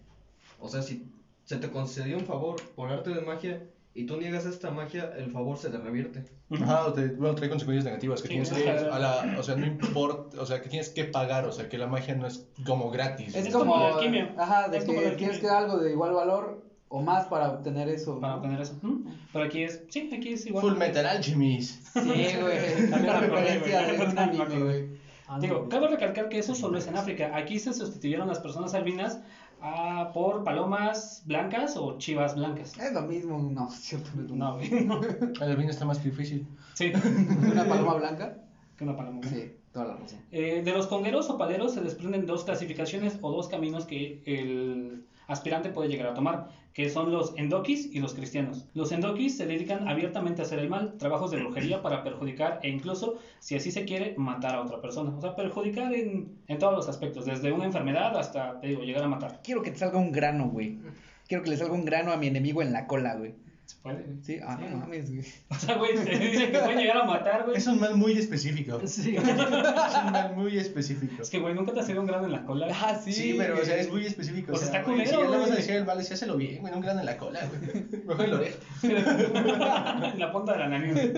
S2: o sea, si se te concedió un favor por arte de magia y tú niegas esta magia, el favor se te revierte.
S5: Ajá, o te- bueno, trae consecuencias negativas que
S4: Sí,
S5: tienes
S4: es
S5: que,
S4: que-
S5: a la, o sea, no importa, o sea, que tienes que pagar, o sea, que la magia no es como gratis.
S1: Es,
S5: ¿no?
S1: como,
S4: como la alquimia.
S1: Ajá, de
S4: Es
S1: que
S4: como la alquimia.
S1: tienes que dar algo de igual valor o más para obtener eso.
S4: Para
S1: ¿no?
S4: obtener eso. Ujú. Pero aquí es, sí, aquí es igual.
S5: Full Metal Alchemist.
S1: Sí, güey. es
S4: También
S1: una
S4: me acordé,
S1: referencia
S4: güey.
S1: de un
S4: También me
S1: anime,
S4: acordé.
S1: güey.
S3: Ah, no,
S4: Digo,
S3: güey.
S4: cabe recalcar que eso solo es en África. Aquí se sustituyeron las personas albinas ah, por palomas blancas o chivas blancas.
S1: Es lo mismo, no, cierto.
S4: No, güey, no.
S5: El albino está más difícil.
S4: Sí,
S1: Una paloma blanca.
S4: que una paloma.
S1: Sí, toda la razón.
S4: Eh, de los congueros o paleros se desprenden dos clasificaciones o dos caminos que el aspirante puede llegar a tomar, que son los endokis y los cristianos. Los endokis se dedican abiertamente a hacer el mal, trabajos de brujería para perjudicar e incluso, si así se quiere, matar a otra persona. O sea, perjudicar en, en todos los aspectos, desde una enfermedad hasta, te digo, llegar a matar.
S1: Quiero que te salga un grano, güey. Quiero que le salga un grano a mi enemigo en la cola, güey.
S4: Se puede. güey.
S1: Sí, ah, no mames, güey.
S4: O sea, güey, te dicen que pueden llegar a matar, güey.
S5: Es un mal muy específico. Es
S3: Sí.
S5: un mal muy específico.
S4: Es que, güey, nunca te has sido un grano en la cola.
S1: Ah, sí.
S5: Sí, pero, o sea,
S1: güey.
S5: es muy específico.
S4: Pues
S5: o sea,
S4: está
S5: güey,
S4: culero,
S5: Si ya le vas a
S4: güey.
S5: decir el mal, sí, hácelo bien, güey, un grano en la cola, güey. Mejor en la oreja.
S4: en la punta de la nariz.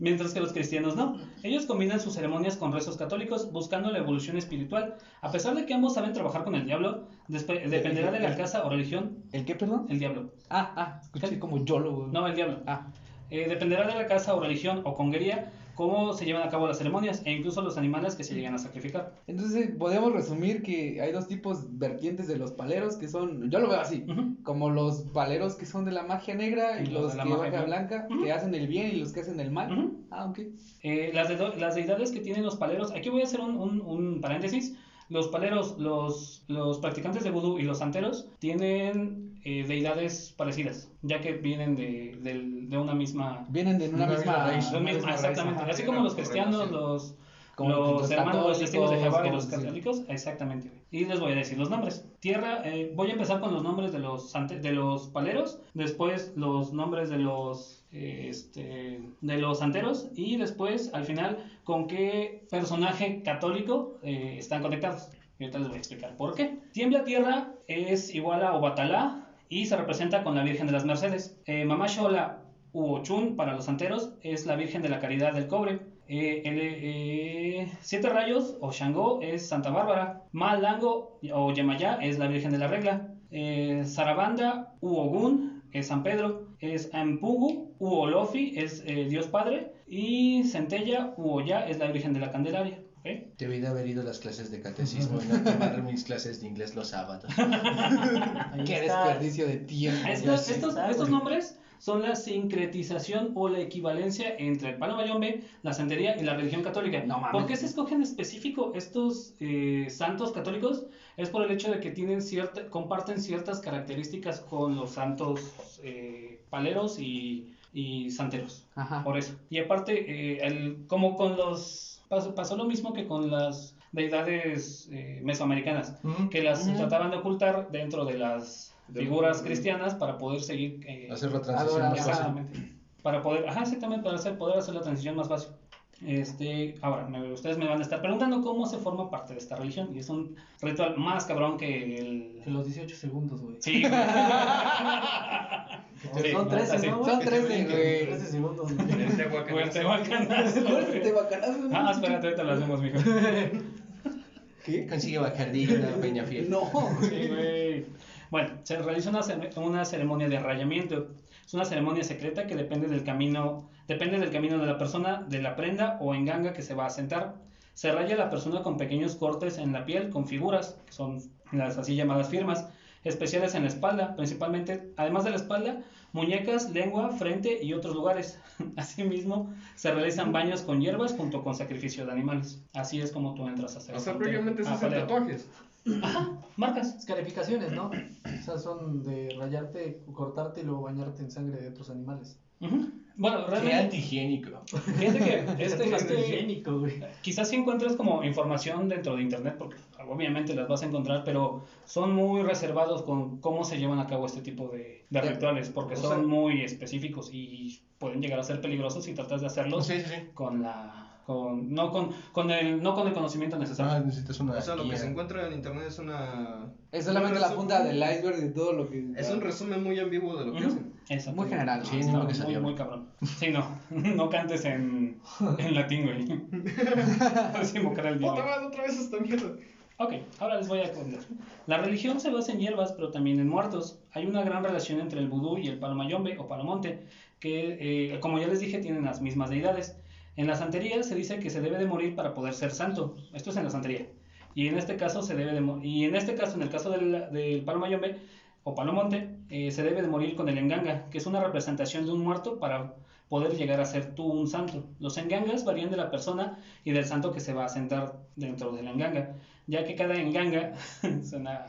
S4: Mientras que los cristianos no. Ellos combinan sus ceremonias con rezos católicos buscando la evolución espiritual. A pesar de que ambos saben trabajar con el diablo, despe- dependerá de la casa o religión.
S1: ¿El qué, perdón?
S4: El diablo.
S1: Ah, ah, escuché como yolo, güey.
S4: No, el diablo.
S1: Ah,
S4: Eh, dependerá de la casa o religión o conguería cómo se llevan a cabo las ceremonias e incluso los animales que se llegan a sacrificar.
S1: entonces podríamos resumir que hay dos tipos vertientes de los paleros que son, yo lo veo así,
S4: Ujú.
S1: como los paleros que son de la magia negra y,
S4: Y los
S1: los que
S4: de la
S1: magia
S4: magia
S1: blanca,
S4: blanca.
S1: que hacen el bien y los que hacen el mal.
S4: Ujú.
S1: Ah, ok.
S4: Eh, las, de- las deidades que tienen los paleros, aquí voy a hacer un, un- un paréntesis. Los paleros, los, los practicantes de vudú y los santeros tienen eh, deidades parecidas, ya que vienen de, del- de una misma.
S1: Vienen de una
S5: Una
S1: misma,
S5: misma raíz.
S4: de un mismo-
S1: misma raíz,
S4: exactamente.
S1: ajá.
S4: Así
S2: Tiene
S4: como
S2: una
S4: los cristianos,
S2: correlación.
S4: los,
S1: como
S4: los
S1: los
S4: hermanos los testigos de Jehová y
S1: católicos,
S4: los
S1: sí.
S4: católicos, exactamente. güey. Y les voy a decir los nombres. Tierra, eh, voy a empezar con los nombres de los ante- de los paleros, después los nombres de los eh, este, de los santeros y después al final con qué personaje católico eh, están conectados. Y ahorita les voy a explicar por qué. Tiembla Tierra es igual a Obatalá y se representa con la Virgen de las Mercedes. Eh, Mamá Xola Uochun para los santeros es la Virgen de la Caridad del Cobre. Eh, el, eh, Siete Rayos o Shango es Santa Bárbara. Malango o Yemayá es la Virgen de la Regla. Eh, Sarabanda u Ogún es San Pedro. Es Ampugu u Olofi es eh, Dios Padre. Y Centella u Oya es la Virgen de la Candelaria. ¿ok?
S5: Debí de haber ido a las clases de catecismo y no tomar mis clases de inglés los sábados.
S3: Ahí
S1: Qué
S3: está.
S1: desperdicio de tiempo.
S4: Estos-
S5: sé.
S4: estos,
S3: Está,
S4: estos
S3: güey.
S4: nombres son la sincretización o la equivalencia entre el palo mayombe, la santería y la religión católica.
S1: No mames.
S4: ¿Por qué se escogen en específico estos eh, santos católicos? Es por el hecho de que tienen cierta, comparten ciertas características con los santos eh, paleros y, y santeros.
S1: Ajá.
S4: Por eso. Y aparte, eh, el- como con los... Pasó, pasó lo mismo que con las deidades eh, mesoamericanas
S5: Ujú.
S4: que las
S1: Ujú.
S4: trataban de ocultar dentro de las
S2: De-
S4: figuras cristianas para poder seguir eh,
S5: Hacer la transición
S1: Adorar,
S5: más
S1: ajá.
S5: fácil.
S4: exactamente, para poder ajá exactamente para hacer poder hacer la transición más fácil este ahora me- ustedes me van a estar preguntando cómo se forma parte de esta religión y es un ritual más cabrón que el
S3: De los 18 segundos, güey.
S4: sí
S3: Son- Son
S4: Sí,
S3: 13,
S4: sí.
S3: ¿no, güey?
S1: Son 13, güey.
S3: 13 segundos, güey.
S2: En este aguacate.
S4: güey, te va a ganar.
S1: Te bacanazo.
S4: ah espérate ahorita lo hacemos mijo
S1: ¿Qué?
S5: Consigue Bacardí y una peña fiel.
S1: No.
S4: Sí, güey. Bueno, se realiza una, cere- una ceremonia de arrayamiento. Es una ceremonia secreta que depende del camino, depende del camino de la persona, de la prenda o enganga que se va a sentar. Se raya la persona con pequeños cortes en la piel, con figuras, que son las así llamadas firmas, especiales en la espalda, principalmente, además de la espalda, muñecas, lengua, frente y otros lugares. Asimismo, se realizan baños con hierbas junto con sacrificio de animales. Así es como tú entras a hacer.
S2: O sea, prácticamente
S4: Ah,
S2: se hacen tatuajes.
S4: Marcas.
S3: Escarificaciones, ¿no? O sea, son de rayarte, cortarte y luego bañarte en sangre de otros animales.
S4: Ujú. Bueno,
S5: Qué
S4: realmente,
S5: antihigiénico.
S4: fíjate que este, este-
S3: higiénico, güey.
S4: quizás si encuentres como información dentro de internet, porque obviamente las vas a encontrar, pero son muy reservados con cómo se llevan a cabo este tipo de, de
S1: Sí.
S4: rituales, porque
S2: O
S4: son
S2: sea-
S4: muy específicos y pueden llegar a ser peligrosos si tratas de hacerlos
S5: Sí, sí, sí.
S4: con la, con, no con, con el, no con el conocimiento
S5: Ah,
S4: necesario.
S5: necesitas una
S2: O sea, lo que
S5: guía.
S2: se encuentra en internet es una.
S1: Es solamente
S2: un
S1: la
S2: resumen-
S1: punta del iceberg de todo lo que.
S2: Es un resumen muy ambiguo de lo que
S4: Ujú.
S2: hacen.
S4: Exacto.
S1: Muy general,
S5: sí,
S4: Ah,
S5: es
S4: está
S5: lo que
S4: muy,
S5: salió.
S4: muy cabrón. Sí, no, no cantes en, en latín, güey. Puedes invocar al diablo.
S2: Otra vez, otra vez esta mierda.
S4: Ok, ahora les voy a contar. La religión se basa en hierbas, pero también en muertos. Hay una gran relación entre el vudú y el palomayombe o palomonte, que, eh, como ya les dije, tienen las mismas deidades. En la santería se dice que se debe de morir para poder ser santo. Esto es en la santería. Y en este caso se debe de mo- y en este caso, en el caso del, del palomayombe o palomonte, eh, se debe de morir con el enganga, que es una representación de un muerto para poder llegar a ser tú un santo. Los engangas varían de la persona y del santo que se va a sentar dentro del enganga ya que cada enganga suena,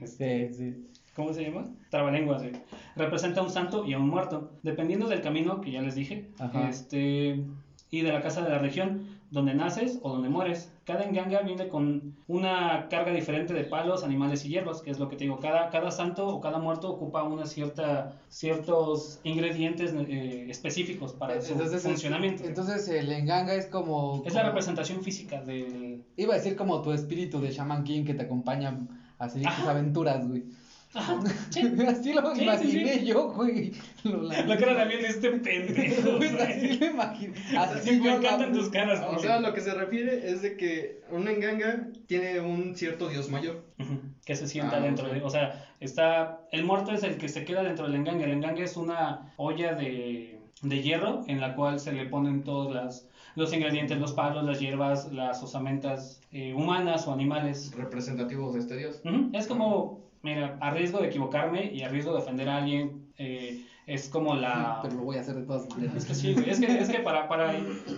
S4: este,
S5: Ujú.
S1: Sí, sí.
S4: ¿cómo se llama? Trabalenguas, güey. Representa a un santo y a un muerto, dependiendo del camino que ya les dije,
S1: Ajá.
S4: este y de la casa de la región donde naces o donde mueres. Cada enganga viene con una carga diferente de palos, animales y hierbas, que es lo que te digo. Cada, cada santo o cada muerto ocupa una cierta ciertos ingredientes eh, específicos para su
S1: Entonces,
S4: funcionamiento.
S1: entonces el enganga es como.
S4: es la
S1: como-
S4: representación física del...
S1: Iba a decir como tu espíritu de Shaman King que te acompaña a seguir tus
S4: Ajá.
S1: aventuras, güey.
S4: Ajá, sí.
S1: Así lo
S4: Sí, sí,
S1: imaginé
S4: sí.
S1: yo, güey. Lo
S4: La cara también de este pendejo.
S1: Pues
S4: güey. Ah,
S1: así lo imaginé. Así
S4: Sí, me
S1: yo lo-
S4: encantan tus caras.
S2: O
S4: güey.
S2: sea, lo que se refiere es de que una enganga tiene un cierto dios mayor.
S4: Ujú, Que se sienta
S1: Ah,
S4: dentro
S1: ok.
S4: de. O sea, está. El muerto es el que se queda dentro del engangue. El engangue es una olla de, de hierro en la cual se le ponen todos las, los ingredientes, los palos, las hierbas, las osamentas eh, humanas o animales.
S2: Representativos de este dios.
S4: Ujú, Es como. Mira, a riesgo de equivocarme y a riesgo de ofender a alguien, eh, es como la.
S1: Ah, Pero lo voy a hacer de todas maneras.
S4: Es que sí, güey. Es que, es que para, para,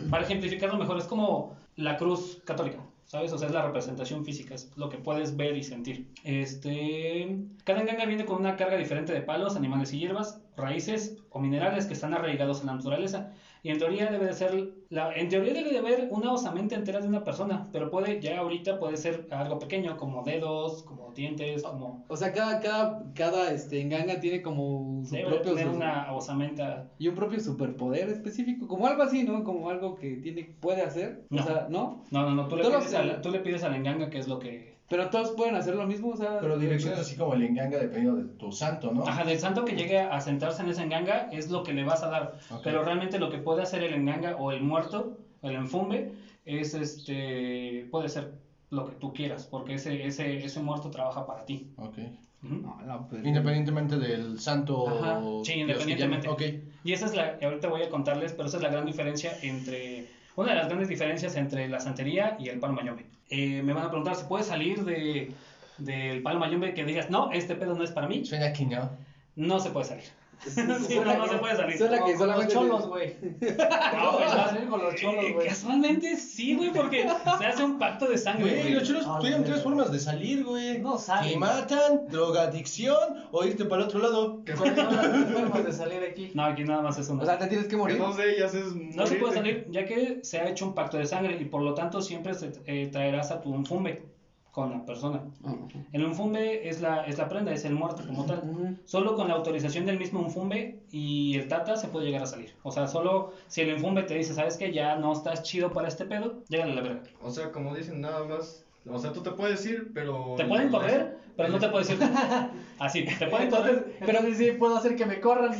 S4: para ejemplificarlo mejor, es como la cruz católica, ¿sabes? O sea, es la representación física, es lo que puedes ver y sentir. Este, cada enganga viene con una carga diferente de palos, animales y hierbas, raíces o minerales que están arraigados en la naturaleza. Y en teoría debe de ser, la- en teoría debe de haber una osamenta entera de una persona, pero puede, ya ahorita puede ser algo pequeño, como dedos, como dientes, como...
S1: O sea, cada, cada, cada este, enganga tiene como su
S4: Debe de
S1: propio...
S4: tener
S1: su-
S4: una osamenta...
S1: Y un propio superpoder específico, como algo así, ¿no? Como algo que tiene, puede hacer.
S4: No.
S1: O sea, ¿no?
S4: No, no, no, tú le,
S1: Todos
S4: pides
S1: los-
S4: a la, tú le pides a la enganga que es lo que...
S1: Pero todos pueden hacer lo mismo, o sea...
S5: Pero direcciones así como el enganga dependiendo de tu santo, ¿no?
S4: Ajá, del santo que llegue a sentarse en esa enganga es lo que le vas a dar.
S5: Ok.
S4: Pero realmente lo que puede hacer el enganga o el muerto, el enfumbe, es este... Puede ser lo que tú quieras, porque ese, ese, ese muerto trabaja para ti.
S5: Ok.
S4: Ujú.
S1: No, no, pero-
S5: Independientemente del santo.
S1: Ajá.
S5: Ah. Oh, Dios
S4: Sí,
S5: que
S4: independientemente.
S5: llame.
S4: Y esa es la, y ahorita voy a contarles, pero esa es la gran diferencia entre, una de las grandes diferencias entre la santería y el palo mayombe. Eh, me van a preguntar, ¿se puede salir de, del palo mayombe que digas, no, este pedo no es para mí?
S5: Ok. Suena aquí, ¿no?
S4: No se puede salir. Sí,
S1: suena
S4: no, no
S1: que-
S4: se puede salir.
S1: suena
S3: Como
S1: que
S3: con
S1: solamente-
S3: Los cholos, güey.
S4: No, güey,
S3: Vamos a
S4: no.
S3: salir con los cholos,
S4: Eh,
S3: güey.
S4: Casualmente sí, güey, porque se hace un pacto de sangre.
S5: Güey,
S4: güey.
S5: los cholos
S3: Ah,
S5: tienen
S3: no,
S5: tres
S3: no.
S5: formas de salir, güey.
S3: No salen.
S5: Te matan, drogadicción o irte para el otro lado.
S3: Son las formas de salir aquí.
S4: No, aquí nada más es una.
S1: O sea, te tienes que
S2: Que
S1: morir.
S2: dos de ellas es.
S4: No se
S2: morirte.
S4: puede salir, ya que se ha hecho un pacto de sangre y por lo tanto siempre se, eh, traerás a tu enfumbe con la persona.
S1: Ujú.
S4: El unfumbe es la, es la prenda, es el muerto como tal. Solo con la autorización del mismo unfumbe y el tata se puede llegar a salir. O sea, solo si el unfumbe te dice, ¿sabes que Ya no estás chido para este pedo, llégale a la verga.
S2: O sea, como dicen, nada más. O sea, tú te puedes ir, pero.
S4: Te pueden correr, pero no te puedes ir. Así, te pueden correr.
S3: Pero sí, sí, puedo hacer que me corran.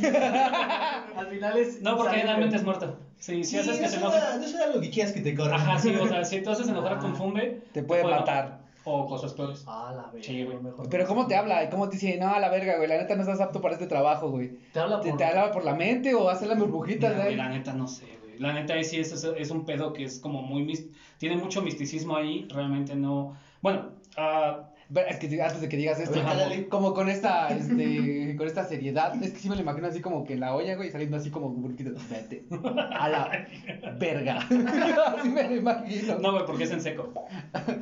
S3: Al final es.
S4: No, porque
S3: salir,
S4: generalmente es
S3: güey.
S4: muerto. Sí, si
S5: Sí,
S4: haces que
S5: no
S4: se
S5: suena-
S4: enoje.
S5: No suena lo que quieras que te corran.
S4: Ajá, sí, o sea, si tú haces enojar a tu unfumbe,
S1: Te puede matar.
S4: O cosas peores.
S3: Ah, la verga.
S4: Sí, güey.
S3: mejor.
S1: Pero ¿cómo te habla? ¿Cómo te dice? No, a la verga, güey, la neta no estás apto para este trabajo, güey.
S3: Te habla
S1: ¿Te,
S3: por-
S1: te hablaba por la mente o hace la burbujita?
S4: Mira, güey,
S1: güey?
S4: la neta no sé, güey. La neta ahí sí es, es, es un pedo que es como muy... mis- Tiene mucho misticismo ahí, realmente no... Bueno, ah,
S1: Pero es que sí, antes de que digas esto,
S5: Ajá.
S1: como, como con esta, este, con esta seriedad, es que sí me lo imagino así como que en la olla, güey, saliendo así como burquito, vete, a la verga. así me lo imagino.
S4: no, güey, porque es en seco.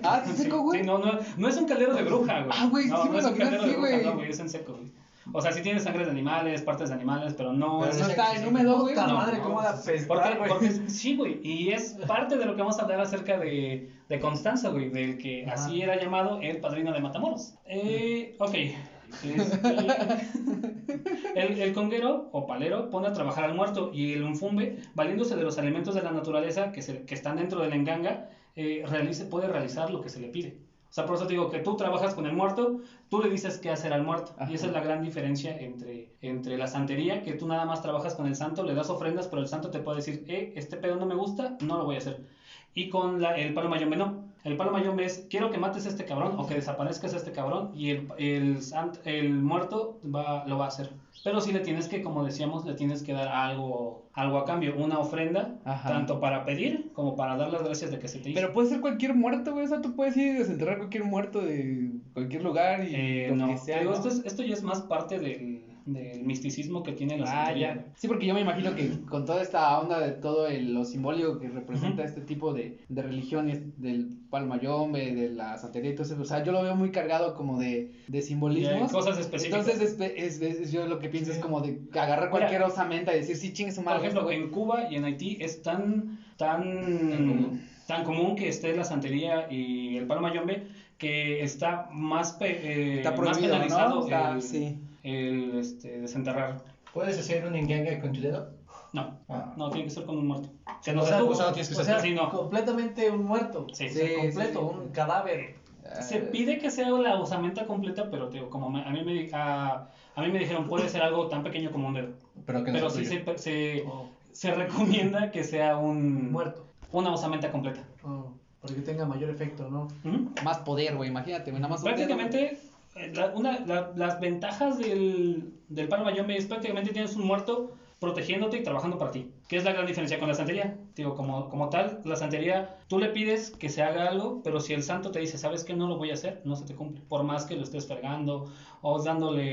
S1: Ah, sí, seco, güey.
S4: Sí, no, no, no es un caldero de bruja, güey.
S1: Ah, güey,
S4: no,
S1: sí me
S4: no es un
S1: imaginé
S4: caldero de
S1: así,
S4: bruja,
S1: güey.
S4: no, güey, es en seco, güey. O sea, sí tiene sangre de animales, partes de animales, pero no
S1: Pero
S5: Pero
S4: es...
S1: no
S5: sí,
S1: está
S5: sí,
S1: en
S5: sí.
S1: húmedo, güey.
S3: Puta
S4: No,
S3: madre,
S4: no,
S3: cómo la
S4: ¿Por qué?
S3: apestar,
S4: Porque
S3: güey.
S4: es- sí, güey, y es parte de lo que vamos a hablar acerca de, de Constanza, güey, del que
S3: Ajá.
S4: así era llamado el padrino de Matamoros. Eh, ok. Este, el, el conguero o palero pone a trabajar al muerto y el unfumbe, valiéndose de los alimentos de la naturaleza que, se- que están dentro de la enganga, eh, realice, puede realizar lo que se le pide. O sea, por eso te digo que tú trabajas con el muerto, tú le dices qué hacer al muerto.
S1: Ajá.
S4: Y esa es la gran diferencia entre, entre la santería, que tú nada más trabajas con el santo, le das ofrendas, pero el santo te puede decir, eh, este pedo no me gusta, no lo voy a hacer. Y con la- el palo mayombe no. El palo mayombe es, quiero que mates a este cabrón o que desaparezcas a este cabrón y el, el, sant- el muerto va, lo va a hacer. Pero sí le tienes que, como decíamos, le tienes que dar algo, algo a cambio, una ofrenda,
S1: Ajá.
S4: tanto para pedir como para dar las gracias de que se te hizo.
S1: Pero puede ser cualquier muerto, güey, o sea, tú puedes ir y desenterrar cualquier muerto de cualquier lugar y
S4: Eh,
S1: lo
S4: no,
S1: que sea,
S4: te digo,
S1: ¿no?
S4: esto, es- esto ya es más parte del, del misticismo que tiene la
S1: Ah,
S4: santería.
S1: ya. Sí, porque yo me imagino que con toda esta onda de todo el- lo simbólico que representa
S4: Ujú.
S1: este tipo de, de religiones, del palmayombe, de la santería y todo eso, o sea, yo lo veo muy cargado como de, de
S4: Ya,
S1: simbolismos.
S4: cosas específicas.
S1: Entonces, es- es- es- yo lo que pienso es como de agarrar cualquier osamenta y decir, sí, chingue su
S4: por
S1: madre.
S4: ejemplo,
S1: güey.
S4: en Cuba y en Haití es tan,
S2: Tan
S4: tan,
S2: común.
S4: tan común que esté la santería y el palo mayombe que está más, pe- eh,
S1: Está
S4: más
S1: prohibido, ¿no?
S4: penalizado
S1: Está-
S4: el,
S1: sí.
S4: el, este, desenterrar.
S5: ¿Puedes hacer un enganga con tu dedo?
S4: No,
S5: Ah.
S4: no, tiene que ser con un muerto. Que no
S5: O
S4: sea
S5: sea,
S4: tú.
S5: o sea, no tienes que
S4: O
S5: ser
S4: sea,
S5: tú.
S4: sí, no.
S3: Completamente un muerto.
S4: Sí.
S3: O sea,
S1: Sí,
S3: completo,
S1: sí.
S3: un cadáver.
S5: Eh.
S4: Se
S1: Ah,
S4: pide que sea la osamenta completa, pero te digo, como me- a, mí me, di- a, a mí me dijeron, puede ser algo tan pequeño como un dedo.
S5: Pero que no
S4: Pero
S5: sea
S4: sí se,
S5: tuyo.
S4: se,
S3: Oh.
S4: se recomienda que sea un
S3: Muerto.
S4: una osamenta completa.
S3: Oh, Para que tenga mayor efecto, ¿no?
S4: Ujú.
S1: Más poder, güey, imagínate, güey, nada más. un dedo,
S4: Prácticamente, eh, la- una- la- las ventajas del, del palo mayombe es prácticamente tienes un muerto protegiéndote y trabajando para ti, que es la gran diferencia con la santería. Digo, como, como tal, la santería, tú le pides que se haga algo, pero si el santo te dice, sabes que no lo voy a hacer, no se te cumple, por más que lo estés fregando o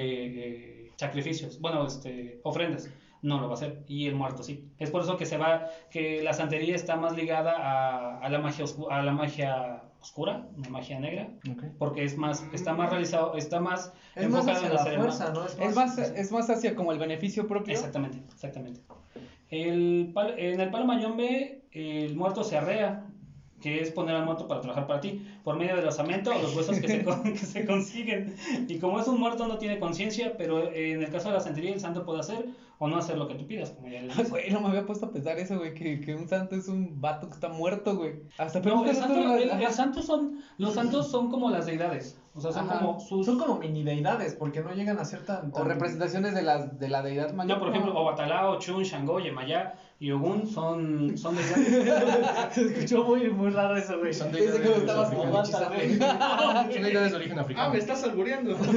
S4: dándole eh, sacrificios, bueno, este, ofrendas. No lo va a hacer, y el muerto sí. Es por eso que se va, que la santería está más ligada a, a la magia oscu- a la magia oscura, la magia negra,
S5: Ok.
S4: porque es más, está más realizado, está más
S3: Es más
S4: enfocado
S3: hacia
S4: en
S3: la
S4: hacer el mal.
S3: fuerza, ¿no?
S1: Es más, es más hacia como el beneficio propio.
S4: Exactamente, exactamente. El pal- en el palo mayombe, el muerto se arrea, que es poner al muerto para trabajar para ti, por medio del osamento o los huesos que se, con- que se consiguen. Y como es un muerto, no tiene conciencia, pero eh, en el caso de la santería, el santo puede hacer o no hacer lo que tú pidas, como ya les dije.
S1: Güey, no me había puesto a pensar eso, güey, que, que un santo es un vato que está muerto, güey. Hasta
S4: No,
S1: pensé
S4: el
S1: que
S4: santo-
S1: era-
S4: el- el
S1: ajá.
S4: santo son, los santos son como las deidades, o sea, son
S1: Ajá.
S4: como sus...
S3: Son como mini deidades porque no llegan a ser tan.
S1: O
S3: tan-
S1: representaciones de, las, de la deidad mayor.
S4: No, por ejemplo, oh, Obatalá, Ochun, Shango, Yemayá y Ogun son, son deidades.
S3: Se escuchó muy, muy raro eso, güey.
S5: Son
S1: Pensé que lo estabas
S5: Africano.
S1: mamando, güey.
S5: Son deidades de origen
S2: Ah,
S5: africano.
S2: me estás albureando.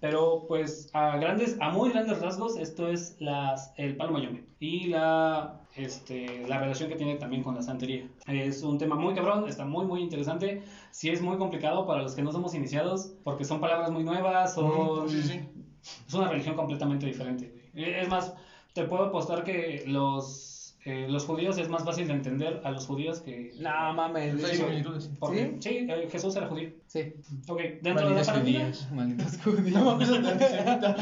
S4: Pero pues a grandes, a muy grandes rasgos, esto es las, el palo mayombe. Y la este, la relación que tiene también con la santería. Es un tema muy cabrón, está muy muy interesante. Sí es muy complicado para los que no somos iniciados, porque son palabras muy nuevas, son,
S5: Sí, sí.
S4: es una religión completamente diferente. güey. Eh, Es más, te puedo apostar que los, eh, los judíos es más fácil de entender a los judíos que...
S1: No, mames.
S5: Hay similitudes.
S4: Porque, ¿Sí? eh, Jesús era judío.
S1: Sí.
S4: Ok, dentro
S5: Malditas
S4: de la parroquia-
S5: judías.
S1: Malditos judíos.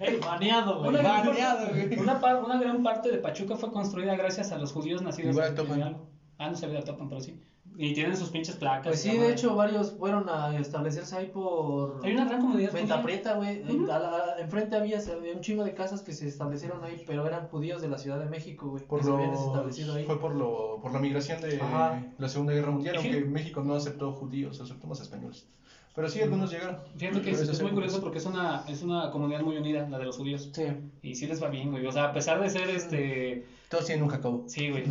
S3: Ey, baneado, güey.
S4: Una gran,
S1: Baneado,
S4: parte-
S1: güey.
S4: una par- una gran parte de Pachuca fue construida gracias a los judíos nacidos
S5: Igual
S4: en
S5: Topan.
S4: Hidalgo. Ah, no se de Topan, pero sí. Y tienen sus pinches placas.
S3: Pues sí,
S4: y la
S3: de
S4: madre.
S3: hecho, varios fueron a establecerse ahí por.
S4: Hay una gran comunidad.
S3: Venta
S4: judía.
S3: Prieta, güey.
S4: Ujú.
S3: A la- a- Enfrente había, se- había un chingo de casas que se establecieron ahí, pero eran judíos de la Ciudad de México, güey.
S5: Por
S3: que se habían
S5: los-
S3: establecido ahí.
S5: Fue por, lo, por la migración de
S3: Ajá.
S5: la Segunda Guerra Mundial,
S4: Sí.
S5: aunque México no aceptó judíos, aceptó más españoles. Pero sí, algunos llegaron.
S4: Fíjate que es,
S5: Por
S4: es
S5: esas
S4: muy
S5: épocas.
S4: curioso porque es una, es una comunidad muy unida, la de los judíos.
S1: Sí.
S4: Y sí les va bien, güey. O sea, a pesar de ser este.
S5: Todos tienen un Jacobo.
S4: Sí, güey.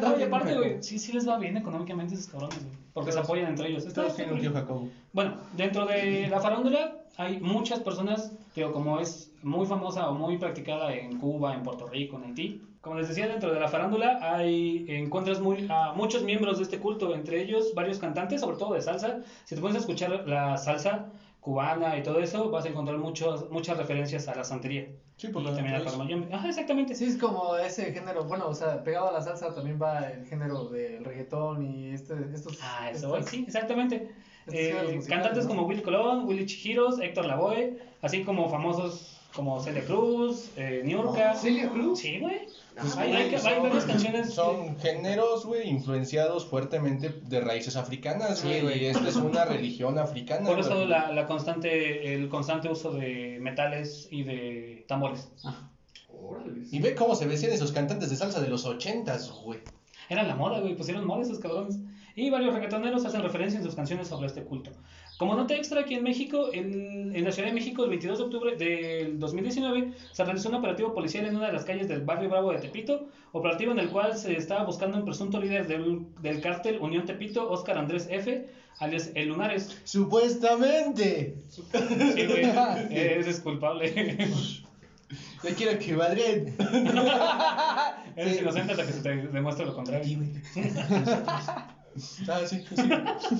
S4: No, y aparte, güey, sí, sí les va bien económicamente esos cabrones, güey. Porque se
S5: Todos-
S4: apoyan entre ellos. Está-
S5: Todos tienen un tío Jacobo.
S4: Bueno, dentro de la farándula hay muchas personas, pero como es muy famosa o muy practicada en Cuba, en Puerto Rico, en Haití. Como les decía, dentro de la farándula hay encuentras muy, a muchos miembros de este culto, entre ellos varios cantantes, sobre todo de salsa. Si te pones a escuchar la salsa cubana y todo eso, vas a encontrar muchos, muchas referencias a la santería.
S5: Sí,
S4: Y
S5: por la-
S4: también al
S5: pues,
S4: Palomayombe. Ajá, exactamente.
S3: Sí, es como ese género, bueno, o sea, pegado a la salsa también va el género del reggaetón y este, estos...
S4: Ah, eso,
S3: estos-
S4: sí, exactamente.
S3: estos
S4: Eh,
S3: géneros musicales,
S4: cantantes
S3: ¿no?
S4: como Willy Colón, Willy Chihiros, Héctor Lavoe, así como famosos como Celia Cruz, eh,
S3: Ah,
S4: Niurka.
S2: ¿Celia Cruz?
S4: Sí, güey.
S2: Pues,
S4: hay, hay-
S2: güey,
S4: hay
S2: son-
S4: varias canciones.
S5: Son géneros, güey, influenciados fuertemente de raíces africanas,
S1: Sí,
S5: güey.
S1: güey.
S5: y esta es una religión africana.
S4: Por eso
S5: güey.
S4: la, la constante, el constante uso de metales y de tambores.
S2: Órale.
S5: Y ve cómo se vestían esos cantantes de salsa de los ochentas, güey.
S4: Era la moda, güey, pusieron moda esos cabrones. Y varios reggaetoneros hacen referencia en sus canciones sobre este culto. Como nota extra, aquí en México, en, en la Ciudad de México, el 22 de octubre del 2019, se realizó un operativo policial en una de las calles del barrio Bravo de Tepito, operativo en el cual se estaba buscando un presunto líder del, del cártel Unión Tepito, Óscar Andrés F., alias El Lunares.
S5: Supuestamente.
S4: Sí, güey, eres culpable.
S5: Yo quiero que Madrid.
S4: Eres inocente hasta que se te demuestre lo contrario.
S5: Aquí, güey. ah, sí, sí.